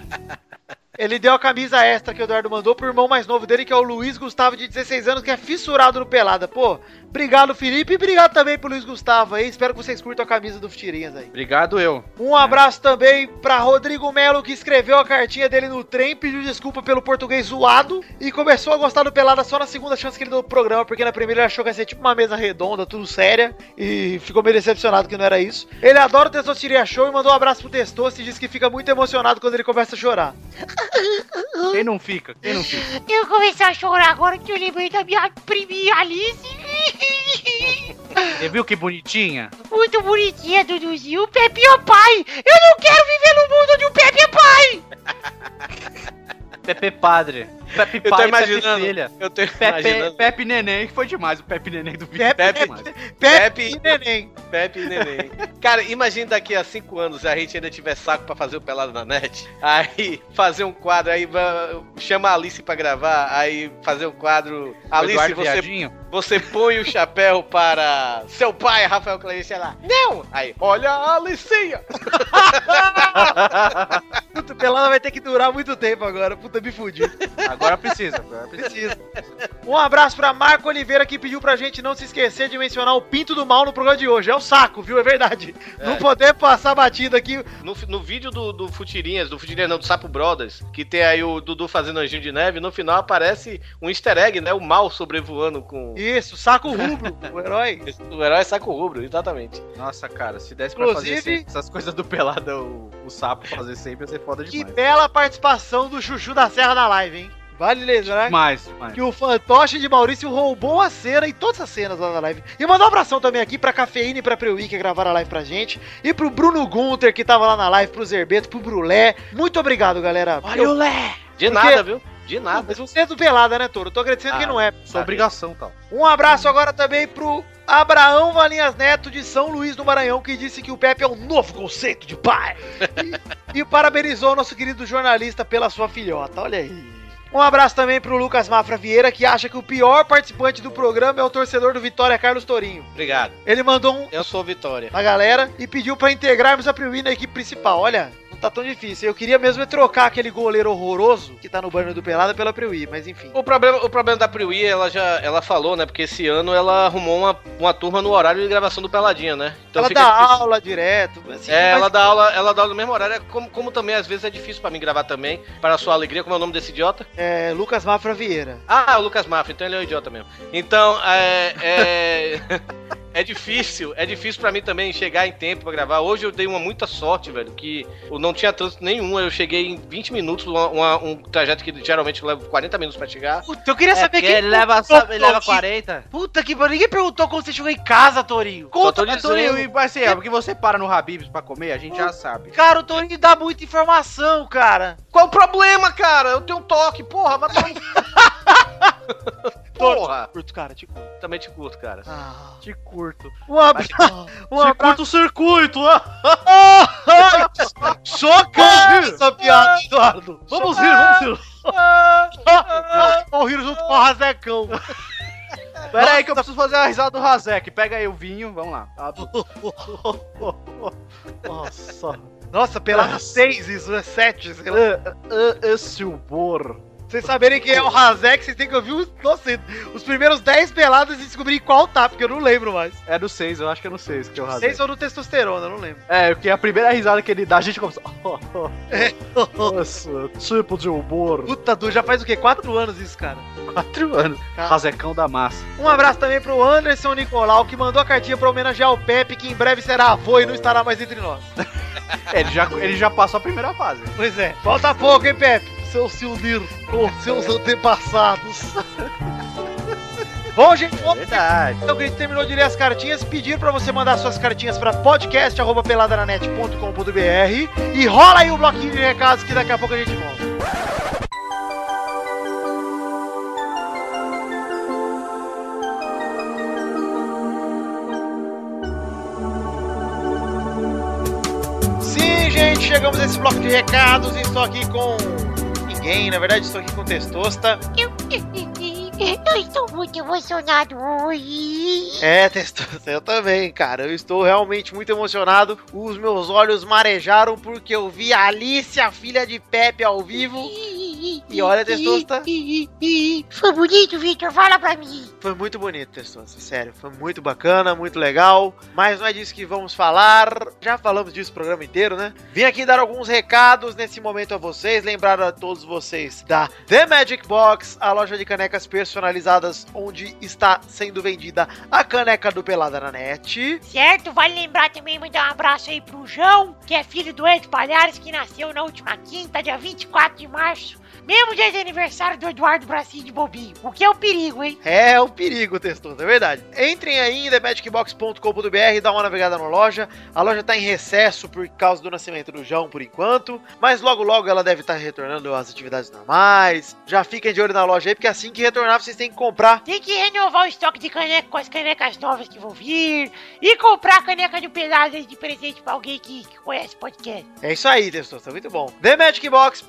Speaker 2: Ele deu a camisa extra que o Eduardo mandou pro irmão mais novo dele, que é o Luiz Gustavo, de 16 anos, que é fissurado no Pelada. Pô, obrigado, Felipe, e obrigado também pro Luiz Gustavo aí. Espero que vocês curtam a camisa do Futirinhas aí.
Speaker 8: Obrigado eu.
Speaker 2: Um abraço também pra Rodrigo Melo, que escreveu a cartinha dele no trem, pediu desculpa pelo português zoado e começou a gostar do Pelada só na segunda chance que ele deu do programa, porque na primeira ele achou que ia ser tipo uma mesa redonda, tudo séria, e ficou meio decepcionado que não era isso. Ele adora o Testosteria Show e mandou um abraço pro Testoso e disse que fica muito emocionado quando ele começa a chorar.
Speaker 8: Quem não fica? Quem não fica?
Speaker 10: Eu comecei a chorar agora que eu lembrei da minha priminha Alice.
Speaker 8: Você viu que bonitinha?
Speaker 10: Muito bonitinha, Duduzinho. O Pepe é o pai. Eu não quero viver num mundo onde o Pepe é pai.
Speaker 8: Pepe Padre. Pepe
Speaker 9: Eu tô
Speaker 8: Pai,
Speaker 9: imaginando,
Speaker 8: Pepe Filha.
Speaker 9: eu tô
Speaker 8: Pepe,
Speaker 9: imaginando.
Speaker 8: Pepe Neném, que foi demais. O Pepe Neném do Vitor.
Speaker 9: Pepe-
Speaker 8: demais.
Speaker 9: Pepe,
Speaker 2: e Neném.
Speaker 9: Pepe e Neném. Cara, imagina daqui a cinco anos a gente ainda tiver saco pra fazer o Pelado na Net. Aí fazer um quadro, aí va- chama a Alice pra gravar, aí fazer um quadro. Alice,
Speaker 8: Eduardo
Speaker 9: você,
Speaker 8: Viadinho?
Speaker 9: você põe o chapéu para seu pai, Rafael Clarice, sei lá. Não! Aí, olha a Alicinha!
Speaker 2: Puta, o Pelada vai ter que durar muito tempo agora, puta, me fudi.
Speaker 8: Agora precisa. Agora precisa.
Speaker 2: Precisa. Um abraço pra Marco Oliveira que pediu pra gente não se esquecer de mencionar o Pinto do Mal no programa de hoje. É o saco, viu? É verdade.
Speaker 9: É.
Speaker 2: Não poder passar batida aqui.
Speaker 9: No, fi- no vídeo do, do Futirinhas, do Futirinhas não, do Sapo Brothers, que tem aí o Dudu fazendo anjinho de neve, no final aparece um easter egg, né? O mal sobrevoando com.
Speaker 2: Isso, saco rubro, o herói.
Speaker 9: O herói saco rubro, exatamente.
Speaker 8: Nossa, cara, se desse pra
Speaker 2: Inclusive-
Speaker 8: fazer sempre essas coisas do pelada, o, o sapo fazer sempre ia ser foda
Speaker 2: Que
Speaker 8: É demais.
Speaker 2: bela participação do Chuchu da Serra na live, hein? Vale lembrar
Speaker 8: Demais, demais.
Speaker 2: que o fantoche de Maurício roubou a cena e todas as cenas lá na live. E mandar um abração também aqui pra Cafeína e pra Preuí que gravaram a live pra gente. E pro Bruno Gunter que tava lá na live, pro Zerbeto, pro Brulé. Muito obrigado, galera.
Speaker 8: Olha o Lé!
Speaker 9: De
Speaker 2: Porque-
Speaker 9: nada, viu? De nada.
Speaker 2: Mas você é do Pelada, né, Toro? Eu tô agradecendo que
Speaker 8: Ah,
Speaker 2: não é.
Speaker 8: Sua obrigação, tal.
Speaker 2: Um abraço agora também pro Abraão Valinhas Neto de São Luís do Maranhão, que disse que o Pepe é um novo conceito de pai. E, e parabenizou o nosso querido jornalista pela sua filhota. Olha aí. Um abraço também pro Lucas Mafra Vieira, que acha que o pior participante do programa é o torcedor do Vitória, Carlos Torinho.
Speaker 9: Obrigado.
Speaker 2: Ele mandou um
Speaker 9: Eu sou Vitória.
Speaker 2: na galera e pediu pra integrarmos a Priwi na equipe principal. Olha, não tá tão difícil. Eu queria mesmo é trocar aquele goleiro horroroso que tá no banner do Pelada pela Priwi, mas enfim.
Speaker 9: O problema, o problema da Priui, ela já ela falou, né? Porque esse ano ela arrumou uma, uma turma no horário de gravação do Peladinha, né?
Speaker 2: ela
Speaker 9: fica
Speaker 2: dá
Speaker 9: difícil.
Speaker 2: aula direto. assim,
Speaker 9: É,
Speaker 2: mas-
Speaker 9: ela dá aula, ela dá aula no mesmo horário, como, como também às vezes é difícil pra mim gravar também, para a sua alegria, como é o nome desse idiota?
Speaker 2: É, Lucas Mafra Vieira.
Speaker 9: Ah, o Lucas Mafra, então ele é um idiota mesmo. Então, é. É, é difícil, é difícil pra mim também chegar em tempo pra gravar. Hoje eu dei uma muita sorte, velho, que eu não tinha trânsito nenhum, eu cheguei em 20 minutos, uma- uma- um trajeto que geralmente leva 40 minutos pra chegar.
Speaker 2: Puta, eu queria saber quem. perguntou isso. Puta que pariu, ninguém perguntou como você chegou em casa, Torinho. Conta pra Torinho.
Speaker 8: Torinho, e parceiro, assim, ó, porque você para no Habibs pra comer, a gente já sabe.
Speaker 2: Cara, o Torinho dá muita informação, cara.
Speaker 9: Qual o problema, cara? Eu tenho toque, porra, vai tomar.
Speaker 2: Porra.
Speaker 9: porra!
Speaker 2: Curto, cara, tipo, te curto.
Speaker 9: Também te curto, cara.
Speaker 8: Te curto.
Speaker 2: Um abraço. Um abraço.
Speaker 8: o circuito, ah!
Speaker 2: ah, Chocante essa
Speaker 8: Ah,
Speaker 2: piada, Eduardo.
Speaker 8: Vamos rir, vamos rir.
Speaker 2: Vamos rir junto com o Razecão.
Speaker 8: Pera aí que eu preciso fazer a risada do Razek. Pega aí o vinho, vamos lá.
Speaker 2: Ah, Ah. Nossa. Nossa, pelada 6 isso, é 7, sei lá.
Speaker 8: é Ah, ah, Esse humor
Speaker 2: vocês saberem quem é o Razek, vocês têm que ouvir os, nossa, os primeiros 10 peladas e descobrir qual tá, porque eu não lembro mais.
Speaker 8: É do 6, eu acho que é no 6 que eu rasei.
Speaker 2: Vocês ou do testosterona, eu não lembro.
Speaker 8: É, porque a primeira risada que ele dá, a gente começa. Nossa, tipo de humor.
Speaker 2: Puta, Du, já faz o quê? 4 anos isso, cara.
Speaker 8: 4 anos. Razecão da massa.
Speaker 2: Um abraço também pro Anderson Nicolau, que mandou a cartinha pra homenagear o Pepe, que em breve será avô e não estará mais entre nós.
Speaker 8: É, ele, já, ele já passou a primeira fase.
Speaker 2: Pois é. Falta pouco, hein, Pepe?
Speaker 7: Seu Sildir, com seus antepassados.
Speaker 2: Bom, gente, vamos... Verdade. Então, que a gente terminou de ler as cartinhas, pedir pra você mandar suas cartinhas pra podcast@peladananet.com.br e rola aí o bloquinho de recados que daqui a pouco a gente volta. Sim, gente, chegamos a esse bloco de recados e estou aqui com ninguém, na verdade estou aqui com o Testosta.
Speaker 10: Eu, eu estou muito emocionado hoje.
Speaker 2: É, Testosta, eu também, cara. Eu estou realmente muito emocionado. Os meus olhos marejaram porque eu vi a Alice, a filha de Pepe, ao vivo. E olha, Testosta.
Speaker 10: Foi bonito, Victor. Fala pra mim.
Speaker 2: Foi muito bonito, Testosta, sério. Foi muito bacana, muito legal. Mas não é disso que vamos falar. Já falamos disso o programa inteiro, né? Vim aqui dar alguns recados nesse momento a vocês. Lembrar a todos vocês da The Magic Box, a loja de canecas personalizadas, onde está sendo vendida a caneca do Pelada na Net.
Speaker 10: Certo? Vale lembrar também mandar um abraço aí pro João, que é filho do Ed Palhares, que nasceu na última quinta, dia 24 de março. Mesmo dia de aniversário do Eduardo Bracinho de Bobinho. O que é o perigo, hein?
Speaker 2: É o perigo, Testoso, é verdade. Entrem aí em TheMagicBox.com.br, dá uma navegada na loja. A loja tá em recesso por causa do nascimento do João, por enquanto. Mas logo, logo ela deve estar retornando às atividades normais. Já fiquem de olho na loja aí, porque assim que retornar, vocês têm que comprar.
Speaker 10: Tem que renovar o estoque de caneca com as canecas novas que vão vir. E comprar a caneca de pedaço de presente pra alguém que, que conhece podcast.
Speaker 2: É isso aí, Testoso, muito bom.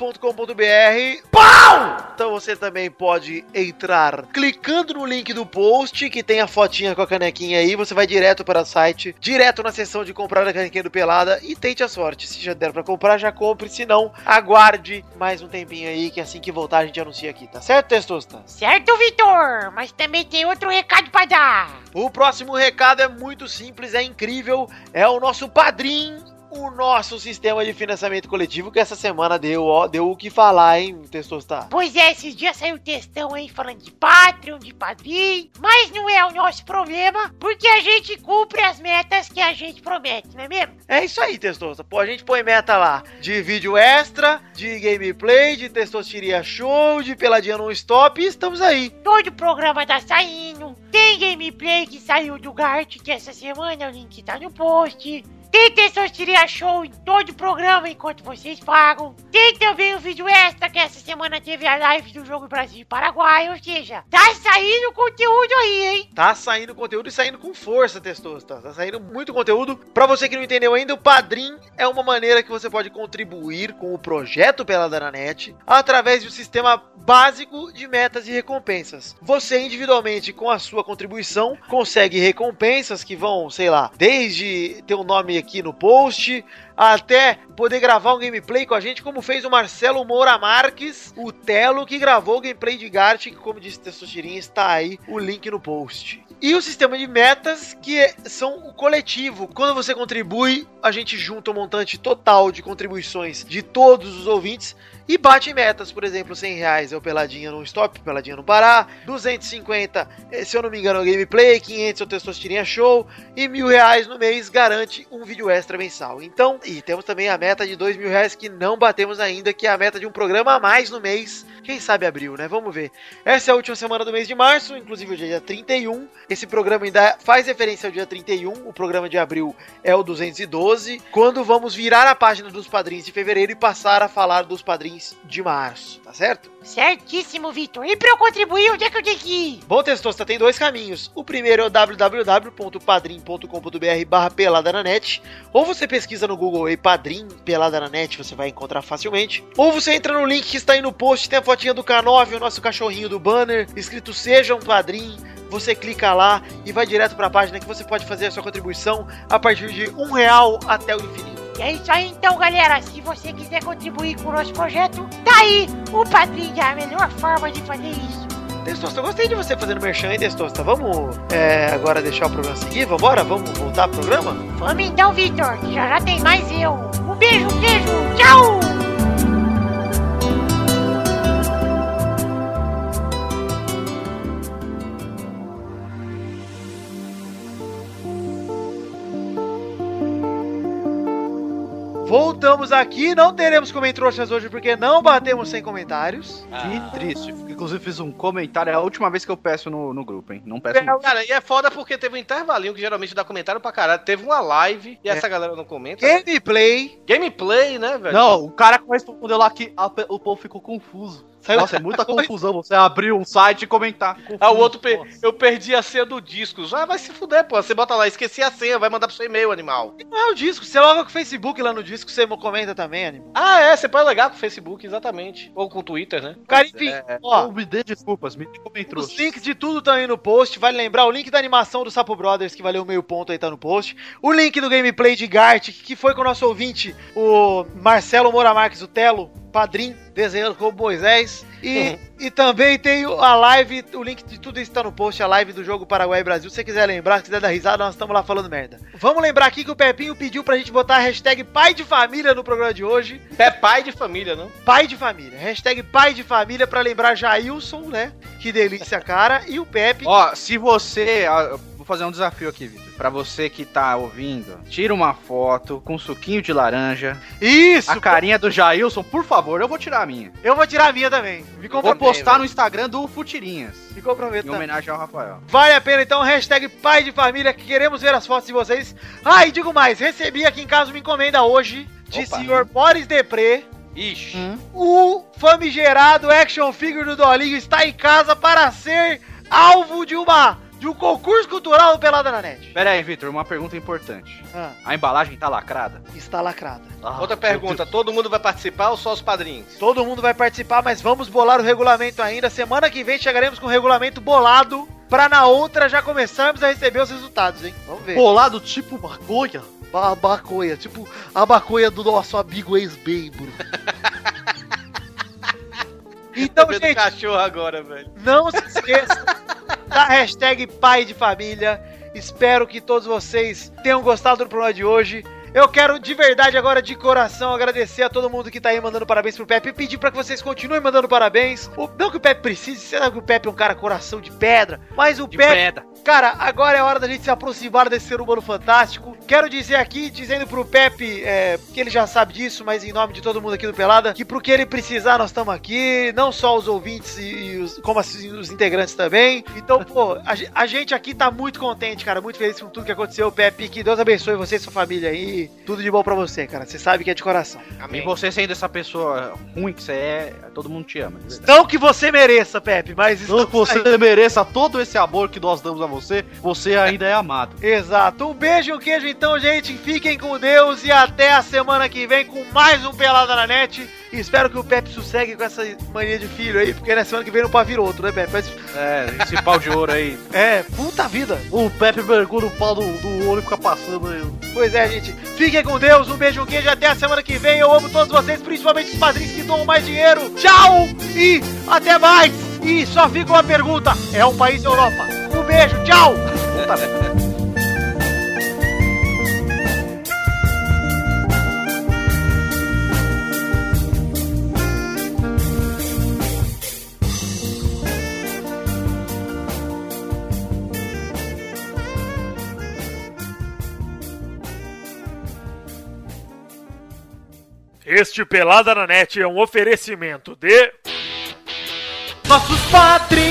Speaker 2: TheMagicBox.com.br Pau! Então você também pode entrar clicando no link do post que tem a fotinha com a canequinha aí. Você vai direto para o site, direto na seção de comprar a canequinha do Pelada e tente a sorte. Se já der para comprar, já compre. Se não, aguarde mais um tempinho aí que assim que voltar a gente anuncia aqui, tá certo, Testosta?
Speaker 10: Certo, Vitor? Mas também tem outro recado pra dar.
Speaker 2: O próximo recado é muito simples, é incrível. É o nosso padrinho o nosso sistema de financiamento coletivo que essa semana deu, ó, deu o que falar, hein, Testostar?
Speaker 10: Pois é, esses dias saiu textão aí falando de Patreon, de Padrim, mas não é o nosso problema, porque a gente cumpre as metas que a gente promete, não é mesmo?
Speaker 2: É isso aí, Testosta. Pô, a gente põe meta lá de vídeo extra, de gameplay, de Testosteria Show, de Peladinha Non Stop e estamos aí.
Speaker 10: Todo o programa tá saindo, tem gameplay que saiu do Gart que essa semana, o link tá no post. Tem Testosteria Show em todo o programa enquanto vocês pagam. Tem também o um vídeo extra que essa semana teve a live do jogo Brasil e Paraguai. Ou seja, tá saindo conteúdo aí, hein?
Speaker 2: Tá saindo conteúdo e saindo com força, Testosta. Tá saindo muito conteúdo. Pra você que não entendeu ainda, o Padrim é uma maneira que você pode contribuir com o projeto pela Dananet através do sistema básico de metas e recompensas. Você individualmente, com a sua contribuição, consegue recompensas que vão, sei lá, desde ter o um nome aqui no post, até poder gravar um gameplay com a gente, como fez o Marcelo Moura Marques, o Telo, que gravou o gameplay de Gart, que, como disse Testostirinha, está aí o link no post. E o sistema de metas, que é- são o coletivo. Quando você contribui, a gente junta o montante total de contribuições de todos os ouvintes e bate metas, por exemplo, 100 reais é o Peladinha no Stop, Peladinha no Pará, 250, eh, se eu não me engano, é o Gameplay, 500 é o Testostirinha Show, e mil reais no mês garante um vídeo extra mensal. Então, e temos também a meta de dois mil reais que não batemos ainda, que é a meta de um programa a mais no mês. Quem sabe abril, né? Vamos ver. Essa é a última semana do mês de março, inclusive o dia 31. Esse programa ainda faz referência ao dia 31. O programa de abril é o 212. Quando vamos virar a página dos padrinhos de fevereiro e passar a falar dos padrinhos de março, tá certo?
Speaker 10: Certíssimo, Vitor. E pra eu contribuir, onde é que eu tenho que ir?
Speaker 2: Bom, Testosta, tem tá dois caminhos. O primeiro é o www.padrim.com.br barra pelada na net. Ou você pesquisa no Google aí, Padrim Pelada na net, você vai encontrar facilmente. Ou você entra no link que está aí no post, tem a fotinha do K9, o nosso cachorrinho do banner, escrito Seja um Padrim. Você clica lá e vai direto para a página que você pode fazer a sua contribuição a partir de um real até o infinito.
Speaker 10: É isso aí então, galera. Se você quiser contribuir com o nosso projeto, tá aí. O Padrim é a melhor forma de fazer isso.
Speaker 2: Testosta, eu gostei de você fazendo merchan, hein, Testosta? Vamos é, agora deixar o programa seguir? Vambora? Vamos voltar pro programa?
Speaker 10: Vamos então, Vitor, que já já tem mais eu. Um beijo, queijo, tchau!
Speaker 2: Voltamos aqui, não teremos comentários hoje porque não batemos sem comentários.
Speaker 9: Ah.
Speaker 8: Que triste. Inclusive fiz um comentário, é a última vez que eu peço no, no grupo, hein? Não peço mais.
Speaker 9: Cara, e é foda porque teve um intervalinho que geralmente dá comentário pra caralho. Teve uma live e
Speaker 8: É.
Speaker 9: essa galera não comenta.
Speaker 2: Gameplay.
Speaker 9: Gameplay, né, velho?
Speaker 4: Não, o cara correspondeu lá que a pe- o povo ficou confuso. Nossa, é muita confusão você abrir um site e comentar.
Speaker 9: Ah, o outro, pe- eu perdi a senha do disco. Ah, vai se fuder, pô. Você bota lá, esqueci a senha, vai mandar pro seu e-mail, animal.
Speaker 2: Não é o disco, você logo com o Facebook lá no disco, você comenta também, animal.
Speaker 9: Ah, é, você pode ligar com o Facebook, exatamente. Ou com o Twitter, né?
Speaker 2: Cara, enfim, ó.
Speaker 9: me dê desculpas, me dê comentários.
Speaker 2: Os links de tudo estão aí no post. Vale lembrar, o link da animação do Sapo Brothers, que valeu meio ponto aí, tá no post. O link do gameplay de Gart, que foi com o nosso ouvinte, o Marcelo Moura Marques, o Telo, padrinho, desenhando com o Moisés. E, e também tem o- a live, o link de tudo isso tá no post, a live do jogo Paraguai e Brasil. Se você quiser lembrar, se quiser dar risada, nós estamos lá falando merda. Vamos lembrar aqui que o Pepinho pediu pra gente botar a hashtag pai de família no programa de hoje.
Speaker 9: É pai de família, não?
Speaker 2: Pai de família. Hashtag pai de família pra lembrar Jailson, né? Que delícia, cara. E o Pepe.
Speaker 8: Ó, se você. ah, eu Vou fazer um desafio aqui, Vitor. Pra você que tá ouvindo, tira uma foto com suquinho de laranja.
Speaker 2: Isso!
Speaker 8: A carinha do Jailson, por favor, eu vou tirar a minha.
Speaker 2: Eu vou tirar a minha também. Me
Speaker 9: é?
Speaker 8: vou
Speaker 2: comprometo.
Speaker 8: postar no Instagram do Futirinhas.
Speaker 2: Me comprometo.
Speaker 8: Em
Speaker 2: também.
Speaker 8: homenagem ao Rafael.
Speaker 2: Vale a pena então, hashtag pai de família, que queremos ver as fotos de vocês. Ah, e digo mais, recebi aqui em casa uma encomenda hoje de
Speaker 9: Opa.
Speaker 2: senhor Boris Depré.
Speaker 9: Ixi.
Speaker 2: O famigerado action figure do Dolinho está em casa para ser alvo de uma de um concurso cultural do Pelada na Net.
Speaker 8: Pera aí, Vitor, uma pergunta importante.
Speaker 2: Ah,
Speaker 8: A embalagem tá lacrada?
Speaker 2: está lacrada.
Speaker 9: Outra pergunta, todo mundo vai participar ou só os padrinhos?
Speaker 2: Todo mundo vai participar, mas vamos bolar o regulamento ainda. Semana que vem chegaremos com o regulamento bolado pra na outra já começarmos a receber os resultados, hein? Vamos ver.
Speaker 7: Bolado tipo maconha? Ba maconha, tipo a maconha do nosso amigo ex-membro. Tá
Speaker 2: Então,
Speaker 9: Vendo
Speaker 2: gente,
Speaker 9: cachorro agora, velho.
Speaker 2: não se esqueça da hashtag pai de família. Espero que todos vocês tenham gostado do programa de hoje. Eu quero de verdade agora, de coração, agradecer a todo mundo que tá aí mandando parabéns pro Pepe e pedir pra que vocês continuem mandando parabéns. O- não que o Pepe precise, será que o Pepe é um cara coração de pedra? Mas o Pepe. Cara, agora é hora da gente se aproximar desse ser humano fantástico. Quero dizer aqui, dizendo pro Pepe, é, que ele já sabe disso, mas em nome de todo mundo aqui do Pelada, que pro que ele precisar nós estamos aqui, não só os ouvintes e, e os, como assim, os integrantes também. Então, pô, a, ge- a gente aqui tá muito contente, cara, muito feliz com tudo que aconteceu, Pepe. Que Deus abençoe você e sua família aí. Tudo de bom pra você, cara. Você sabe que é de coração.
Speaker 8: E você sendo essa pessoa ruim que você é, todo mundo te ama. de verdade.
Speaker 2: Não que você mereça, Pepe, mas
Speaker 4: Não que você mereça todo esse amor que nós damos a você, você ainda é amado.
Speaker 2: Exato. Um beijo e um queijo então, gente. Fiquem com Deus e até a semana que vem com mais um Pelada na Net. Espero que o Pepe sossegue com essa mania de filho aí, porque na semana que vem não pode vir outro, né, Pepe? Mas-
Speaker 8: É, esse pau de ouro aí.
Speaker 2: É, puta vida.
Speaker 4: O Pepe mergulha o pau do, do olho e fica passando aí.
Speaker 2: Pois é, gente. Fiquem com Deus. Um beijo e um queijo até a semana que vem. Eu amo todos vocês, principalmente os padrinhos que doam mais dinheiro. Tchau e até mais. E só fica uma pergunta. É um país da Europa. Um beijo. Tchau.
Speaker 1: Este Pelada na Net é um oferecimento de.
Speaker 2: Nossos padrinhos!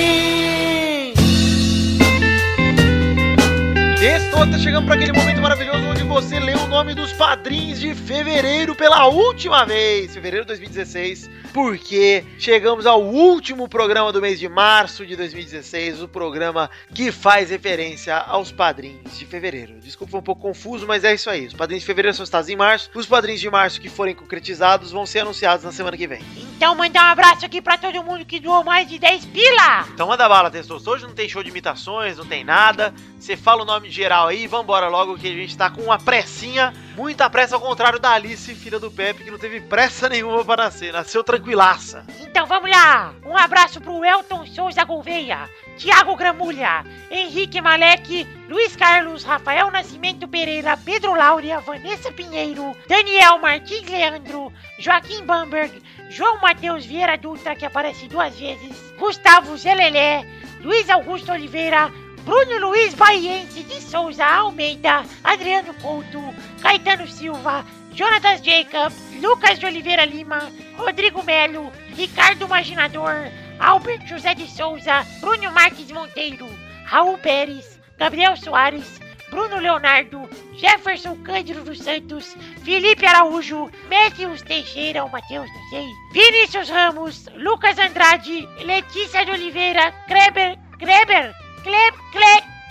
Speaker 2: Destoa, tá chegando para aquele momento maravilhoso onde você lê o nome dos padrinhos de fevereiro pela última vez, fevereiro de 2016, porque chegamos ao último programa do mês de março de 2016, o programa que faz referência aos padrinhos de fevereiro. Desculpa, foi um pouco confuso, mas é isso aí. Os padrinhos de fevereiro são estados em março, os padrinhos de março que forem concretizados vão ser anunciados na semana que vem.
Speaker 10: Então mandar um abraço aqui pra todo mundo que doou mais de 10 pila.
Speaker 2: Então manda bala, Testos. Hoje não tem show de imitações, não tem nada. Você fala o nome geral aí, vambora logo que a gente tá com uma pressinha. Muita pressa ao contrário da Alice, filha do Pepe, que não teve pressa nenhuma pra nascer. Nasceu tranquilaça.
Speaker 10: Então vamos lá! Um abraço pro Elton Souza Gouveia, Thiago Gramulha, Henrique Malek, Luiz Carlos, Rafael Nascimento Pereira, Pedro Laura, Vanessa Pinheiro, Daniel Martins Leandro, Joaquim Bamberg, João Matheus Vieira Dutra, que aparece duas vezes, Gustavo Zelelé, Luiz Augusto Oliveira, Bruno Luiz Baiense de Souza Almeida, Adriano Couto, Caetano Silva, Jonatas Jacob, Lucas de Oliveira Lima, Rodrigo Melo, Ricardo Maginador, Albert José de Souza, Bruno Marques Monteiro, Raul Pérez, Gabriel Soares, Bruno Leonardo, Jefferson Cândido dos Santos, Felipe Araújo, Matheus Teixeira, o Matheus, não sei, Vinícius Ramos, Lucas Andrade, Letícia de Oliveira, Kleber, Kleber, Kleb,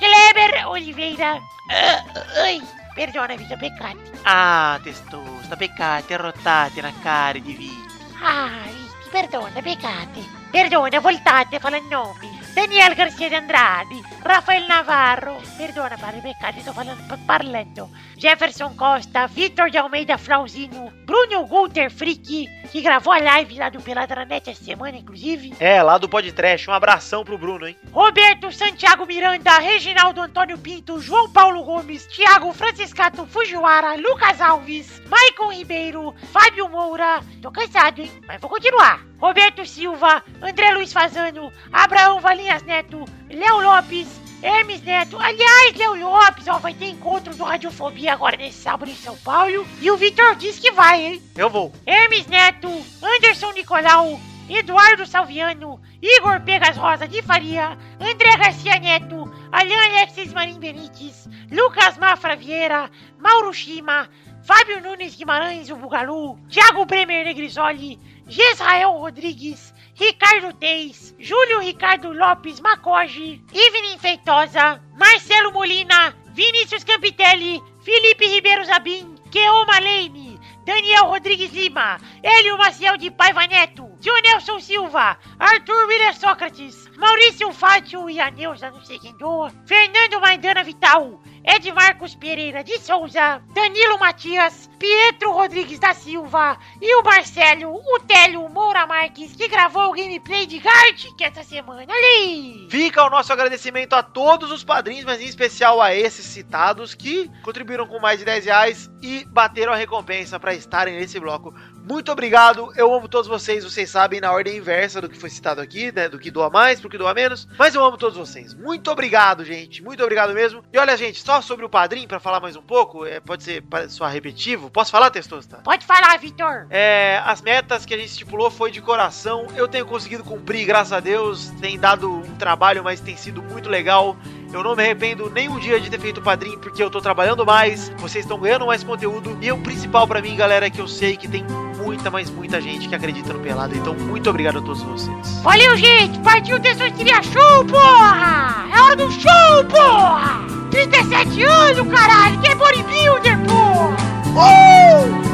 Speaker 10: Cle, Kleber Oliveira. Ah, ai, perdona, vida é um pecado.
Speaker 2: Ah, testosta, peccati arrotati na cara di vita.
Speaker 10: Ai, perdona, peccati. Perdona, voltate, fala nomi. Daniel Garcia de Andrade, Rafael Navarro, perdona, pare peccati, sto falando, pa- parlando. Jefferson Costa, Vitor de Almeida Frauzino, Bruno Gunter Frick, que gravou a live lá do Peladranet essa semana, inclusive.
Speaker 2: É, lá do podcast, um abração pro Bruno, hein?
Speaker 10: Roberto Santiago Miranda, Reginaldo Antônio Pinto, João Paulo Gomes, Thiago Franciscato Fujiwara, Lucas Alves, Maicon Ribeiro, Fábio Moura. Tô cansado, hein? Mas vou continuar. Roberto Silva, André Luiz Fazano, Abraão Valinhas Neto, Léo Lopes, Hermes Neto. Aliás, Léo Lopes, ó, vai ter encontro do Radiofobia agora nesse sábado em São Paulo. E o Vitor diz que vai, hein?
Speaker 2: Eu vou.
Speaker 10: Hermes Neto, Anderson Nicolau, Eduardo Salviano, Igor Pegas Rosa de Faria, André Garcia Neto, Alain Alexis Marim Benites, Lucas Mafra Vieira, Mauro Shima, Fábio Nunes Guimarães, o Bugalu, Thiago Bremer Negrisoli, Gisrael Rodrigues, Ricardo Teis, Júlio Ricardo Lopes Macoge, Evelyn Feitosa, Marcelo Molina, Vinícius Campitelli, Felipe Ribeiro Zabim, Keoma Leine, Daniel Rodrigues Lima, Hélio Maciel de Paiva Neto, Dionelson Silva, Arthur William Sócrates, Maurício Fátio e a Neuza, não sei quem doa, Fernando Maidana Vital, Ed Marcos Pereira de Souza, Danilo Matias, Pietro Rodrigues da Silva e o Marcelo, o Télio Moura Marques, que gravou o gameplay de Gartic essa semana ali.
Speaker 2: Fica o nosso agradecimento a todos os padrinhos, mas em especial a esses citados que contribuíram com mais de 10 reais e bateram a recompensa para estarem nesse bloco. Muito obrigado, eu amo todos vocês, vocês sabem, na ordem inversa do que foi citado aqui, né? Do que doa mais, pro que doa menos, mas eu amo todos vocês. Muito obrigado, gente, muito obrigado mesmo. E olha, gente, só sobre o padrinho, para falar mais um pouco, é, pode ser pa- só repetitivo. Posso falar, Testosta?
Speaker 10: Pode falar, Vitor.
Speaker 2: É, as metas que a gente estipulou foi de coração. Eu tenho conseguido cumprir, graças a Deus. Tem dado um trabalho, mas tem sido muito legal. Eu não me arrependo nem um dia de ter feito o padrinho, porque eu tô trabalhando mais, vocês estão ganhando mais conteúdo. E é o principal pra mim, galera, é que eu sei que tem muita, mas muita gente que acredita no Pelado. Então, muito obrigado a todos vocês.
Speaker 10: Valeu, gente! Partiu Testosteria Show, porra! É hora do show, porra! 37 anos, caralho! Que é bodybuilder, porra! Oh!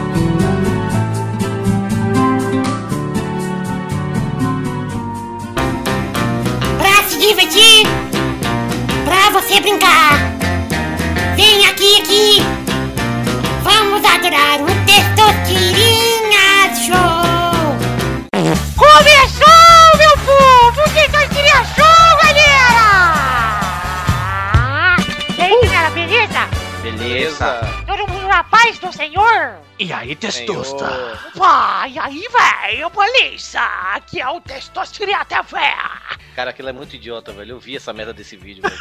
Speaker 10: Pra se divertir, pra você brincar, vem aqui, aqui! Vamos adorar o Testostirinha Show! Começou, meu povo! Quem tá queria show, galera! E aí, galera, beleza?
Speaker 9: Beleza.
Speaker 10: Todo mundo na paz do Senhor?
Speaker 12: E aí, testosta?
Speaker 10: Opa, e aí, velho, polícia? Aqui é o Testosteria TV.
Speaker 9: Cara, aquilo é muito idiota, velho. Eu vi essa merda desse vídeo, velho.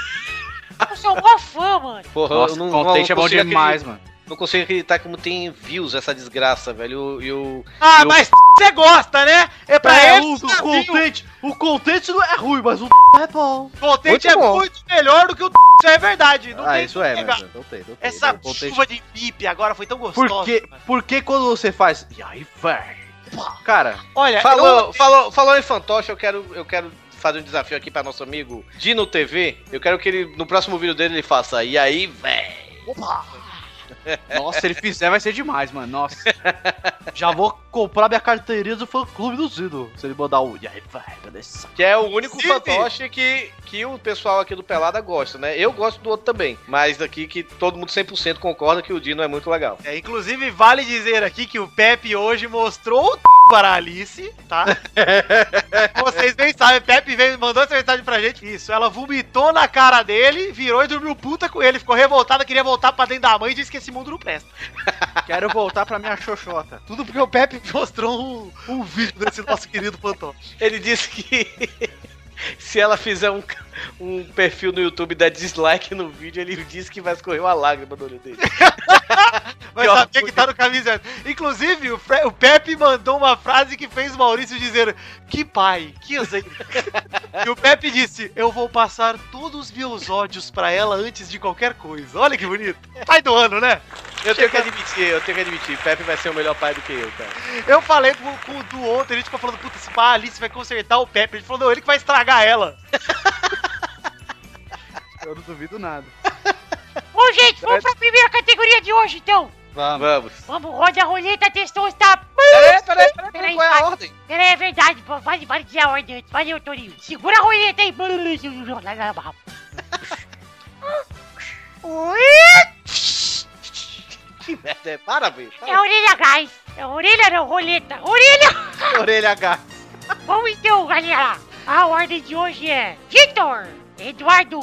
Speaker 10: Eu sou mó fã, mano.
Speaker 9: Porra,
Speaker 8: Nossa,
Speaker 9: eu não,
Speaker 8: Content
Speaker 9: não
Speaker 8: é bom
Speaker 9: consigo
Speaker 8: demais,
Speaker 9: acreditar-
Speaker 8: mano.
Speaker 9: Não consigo acreditar como tem views essa desgraça, velho. E o.
Speaker 2: Ah,
Speaker 9: e o-
Speaker 2: mas você gosta, né? É pra
Speaker 4: É,
Speaker 2: ele.
Speaker 4: o,
Speaker 2: que tá
Speaker 4: o contente, o contente não é ruim, mas o é bom.
Speaker 2: Contente
Speaker 4: Muito
Speaker 2: é
Speaker 4: bom.
Speaker 2: muito melhor do que o d***, isso é verdade. Não
Speaker 4: Ah,
Speaker 2: tem
Speaker 4: isso é,
Speaker 2: negar.
Speaker 4: mas não tem, não tem.
Speaker 2: Essa
Speaker 4: O contexto-
Speaker 2: chuva de pipe agora foi tão gostosa. né?
Speaker 4: Porque, porque quando você faz. E aí, velho?
Speaker 9: Cara,
Speaker 2: Olha,
Speaker 9: falou,
Speaker 2: eu-
Speaker 9: falou, falou em fantoche, eu quero, eu quero fazer um desafio aqui pra nosso amigo Dino TV. Eu quero que ele, no próximo vídeo dele, ele faça. E aí, véi?
Speaker 10: Opa!
Speaker 8: Nossa, se ele fizer, vai ser demais, mano. Nossa.
Speaker 4: Já vou comprar minha carteirinha do fã clube do Zido. Se ele mandar o. E aí, vai, beleza.
Speaker 9: Que é o único fantoche que, que o pessoal aqui do Pelada gosta, né? Eu gosto do outro também. Mas daqui que todo mundo 100% concorda que o Dino é muito legal.
Speaker 2: É, inclusive, vale dizer aqui que o Pepe hoje mostrou o t- para a Alice, tá? Vocês bem sabem, Pepe veio, mandou essa mensagem pra gente. Isso, ela vomitou na cara dele, virou e dormiu puta com ele, ficou revoltada, queria voltar pra dentro da mãe e disse que esse mundo não presta.
Speaker 8: Quero voltar pra minha xoxota.
Speaker 2: Tudo porque o Pepe mostrou um, um vídeo desse nosso querido fantoche.
Speaker 9: Ele disse que se ela fizer um, um perfil no YouTube e der dislike no vídeo, ele disse que vai escorrer uma lágrima do olho dele.
Speaker 2: Mas sabia que tá no caminho certo. Inclusive, o, Fe- o Pepe mandou uma frase que fez o Maurício dizer: Que pai, que exemplo. e o Pepe disse: Eu vou passar todos os meus ódios pra ela antes de qualquer coisa. Olha que bonito. Pai do ano, né?
Speaker 9: Eu tenho que admitir, eu tenho que admitir. Pepe vai ser o melhor pai do que eu, cara.
Speaker 2: Eu falei pro, com o Du ontem, a gente ficou falando, puta, esse pá, a Alice vai consertar o Pepe. Ele falou, não, ele que vai estragar ela.
Speaker 8: Eu não duvido nada.
Speaker 10: Bom, gente, vamos pra primeira categoria de hoje, então.
Speaker 9: Vamos. Vamos.
Speaker 10: Vamos, roda a roleta, testou, está...
Speaker 9: Peraí, peraí, peraí, qual é a
Speaker 10: vai.
Speaker 9: ordem?
Speaker 10: Peraí, é verdade, pô, vale, vale dizer a ordem antes. Valeu, Torinho. Segura a roleta aí.
Speaker 9: Que merda, é parabéns.
Speaker 10: É a orelha gás. É a orelha não, roleta. Orelha!
Speaker 9: Orelha H.
Speaker 10: Bom, então, galera. A ordem de hoje é... Vitor, Eduardo,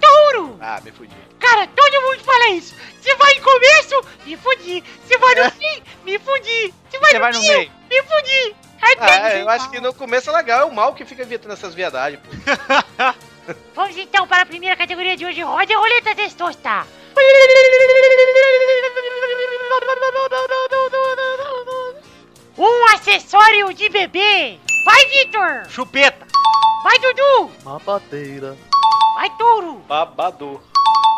Speaker 10: Touro,
Speaker 9: Ah, me fudi.
Speaker 10: Cara, todo mundo fala isso. Se vai no começo, me fudi. Se vai no fim, me fudi. Se vai,
Speaker 9: Você
Speaker 10: no,
Speaker 9: vai no
Speaker 10: meio,
Speaker 9: meio.
Speaker 10: me fudi.
Speaker 9: Ah, é, eu acho que no começo é legal, é o mal que fica evitando essas viadagens, pô.
Speaker 10: Vamos então para a primeira categoria de hoje. Roda a roleta testosta. Um acessório de bebê. Vai, Vitor.
Speaker 2: Chupeta.
Speaker 10: Vai, Dudu.
Speaker 4: Mapadeira.
Speaker 10: Vai, Touro.
Speaker 9: Babador.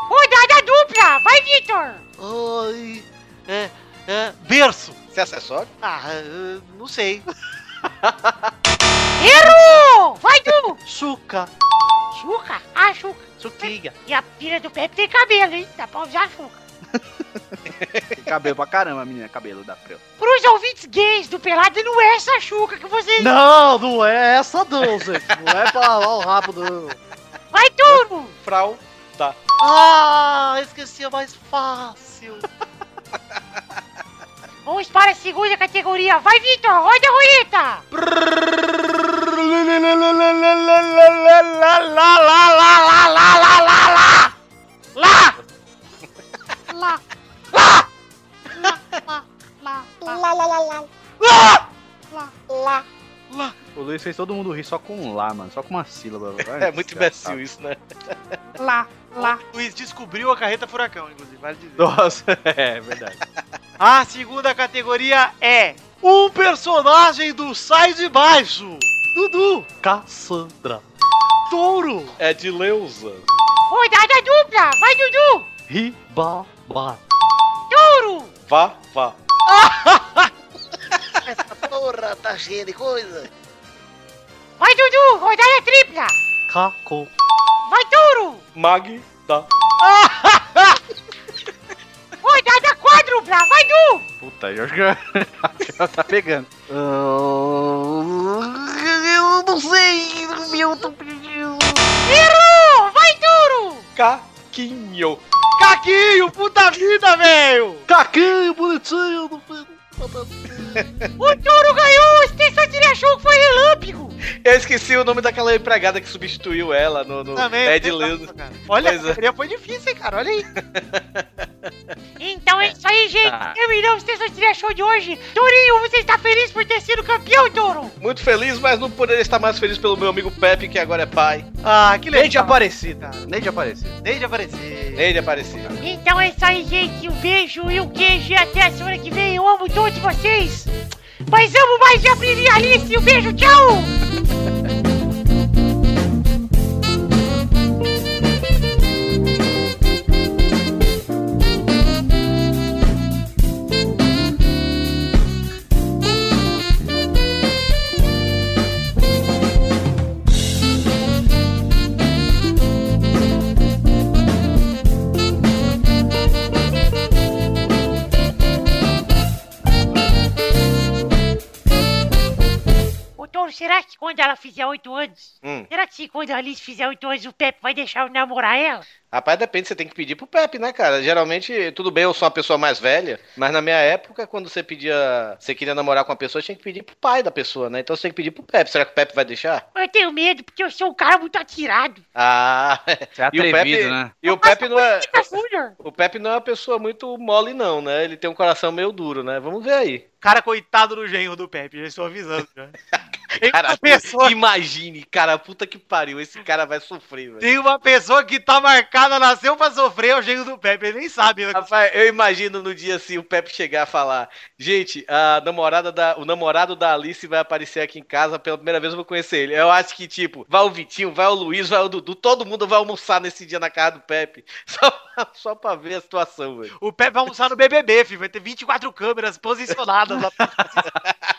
Speaker 10: Rodada dupla. Vai, Vitor.
Speaker 2: Oi. É, é, berço.
Speaker 9: Você é acessório?
Speaker 2: Ah, eu não sei.
Speaker 10: Erro! Vai, Du.
Speaker 2: Suca.
Speaker 10: Chuca? Ah, Chuca.
Speaker 2: Suquinha.
Speaker 10: E a filha do Pepe tem cabelo, hein? Dá pra usar a Chuca.
Speaker 8: Tem cabelo pra caramba, menina. Cabelo da preu.
Speaker 10: Pros ouvintes gays do Pelado, não é essa Chuca que vocês...
Speaker 4: Não, não é essa não, gente. Não é pra lá o rabo, não.
Speaker 10: Vai, Turbo!
Speaker 9: Frau. Tá.
Speaker 2: Ah, esqueci a mais fácil.
Speaker 10: Vamos para a segunda categoria. Vai, Vitor, roda a roleta!
Speaker 2: Lá!
Speaker 10: Lá! Lá! Lá! Lá! Lá! Lá! Lá! Lá! Lá!
Speaker 2: Lá!
Speaker 8: O Luiz fez todo mundo rir só com um lá, mano. Só com uma sílaba. vai,
Speaker 9: É muito
Speaker 8: desgraçado.
Speaker 9: imbecil isso, né?
Speaker 10: Lá! Lá!
Speaker 2: Luiz descobriu a carreta furacão, inclusive, vale dizer.
Speaker 8: Nossa, é verdade.
Speaker 2: A segunda categoria é um personagem do Sai de Baixo. Dudu,
Speaker 4: Cassandra.
Speaker 2: touro,
Speaker 9: É de Leusa.
Speaker 10: Rodada dupla! Vai, Dudu!
Speaker 4: Ribamar.
Speaker 10: Touro!
Speaker 9: Vá, vá.
Speaker 7: Porra, tá cheia de coisa.
Speaker 10: Vai, Dudu! Rodada tripla!
Speaker 4: Caco.
Speaker 10: Vai, Touro!
Speaker 9: Mag, tá.
Speaker 10: Rodada quádrupla! Vai, Du!
Speaker 8: Puta, eu acho que ela tá pegando.
Speaker 7: Eu não sei, meu, tô perdido.
Speaker 10: Errou! Vai, Touro!
Speaker 9: Caquinho.
Speaker 2: caquinho, puta vida, velho.
Speaker 4: Caquinho, bonitinho. Não foi...
Speaker 10: O Touro ganhou! Extensão de achou que foi relâmpago!
Speaker 9: Eu esqueci o nome daquela empregada que substituiu ela no, no
Speaker 2: Também,
Speaker 9: é de
Speaker 2: sei lá,
Speaker 9: Leusa.
Speaker 2: cara. Olha,
Speaker 9: Pois
Speaker 2: a
Speaker 9: é.
Speaker 2: categoria foi difícil, hein, cara, olha aí.
Speaker 10: Então é isso aí, gente.
Speaker 9: Tá.
Speaker 10: Terminamos o Sessão Trilha Show de hoje. Tourinho, você está feliz por ter sido campeão, Touro?
Speaker 9: Muito feliz, mas não poderia estar mais feliz pelo meu amigo Pepe, que agora é pai.
Speaker 2: Ah, que legal.
Speaker 8: Neide Aparecida. Neide Aparecida.
Speaker 2: Desde aparecer.
Speaker 9: Ele apareceu.
Speaker 10: Então é isso aí, gente. Um beijo e um queijo e até a semana que vem. Eu amo todos vocês. Mas amo mais a Brilha e a Alice. Um beijo, tchau! será que quando ela fizer oito anos,
Speaker 9: Hum.
Speaker 10: será que se quando a Alice fizer oito anos o Pepe vai deixar eu namorar ela?
Speaker 9: Rapaz, depende, você tem que pedir pro Pepe, né, cara? Geralmente, tudo bem, eu sou uma pessoa mais velha, mas na minha época, quando você pedia, você queria namorar com uma pessoa, tinha que pedir pro pai da pessoa, né? Então você tem que pedir pro Pepe. Será que o Pepe vai deixar?
Speaker 10: Mas Eu tenho medo porque eu sou um cara muito atirado.
Speaker 9: Ah, você é
Speaker 8: atrevido, né?
Speaker 9: E o Pepe não é.
Speaker 10: Tá Júnior,
Speaker 9: O Pepe não é uma pessoa muito mole, não, né? Ele tem um coração meio duro, né? Vamos ver aí.
Speaker 2: Cara, coitado do genro do Pepe, já estou avisando. né? já.
Speaker 9: Cara, imagine, cara, puta que pariu, esse cara vai sofrer, velho.
Speaker 2: Tem uma pessoa que tá marcada, nasceu pra sofrer, é o genro do Pepe, ele nem sabe. né?
Speaker 9: Rapaz, eu imagino no dia assim o Pepe chegar a falar: Gente, a namorada da, o namorado da Alice vai aparecer aqui em casa, pela primeira vez eu vou conhecer ele. Eu acho que, tipo, vai o Vitinho, vai o Luiz, vai o Dudu, todo mundo vai almoçar nesse dia na casa do Pepe. Só, só pra ver a situação, velho.
Speaker 2: O Pepe vai almoçar no BBB, filho, vai ter 24 câmeras posicionadas lá.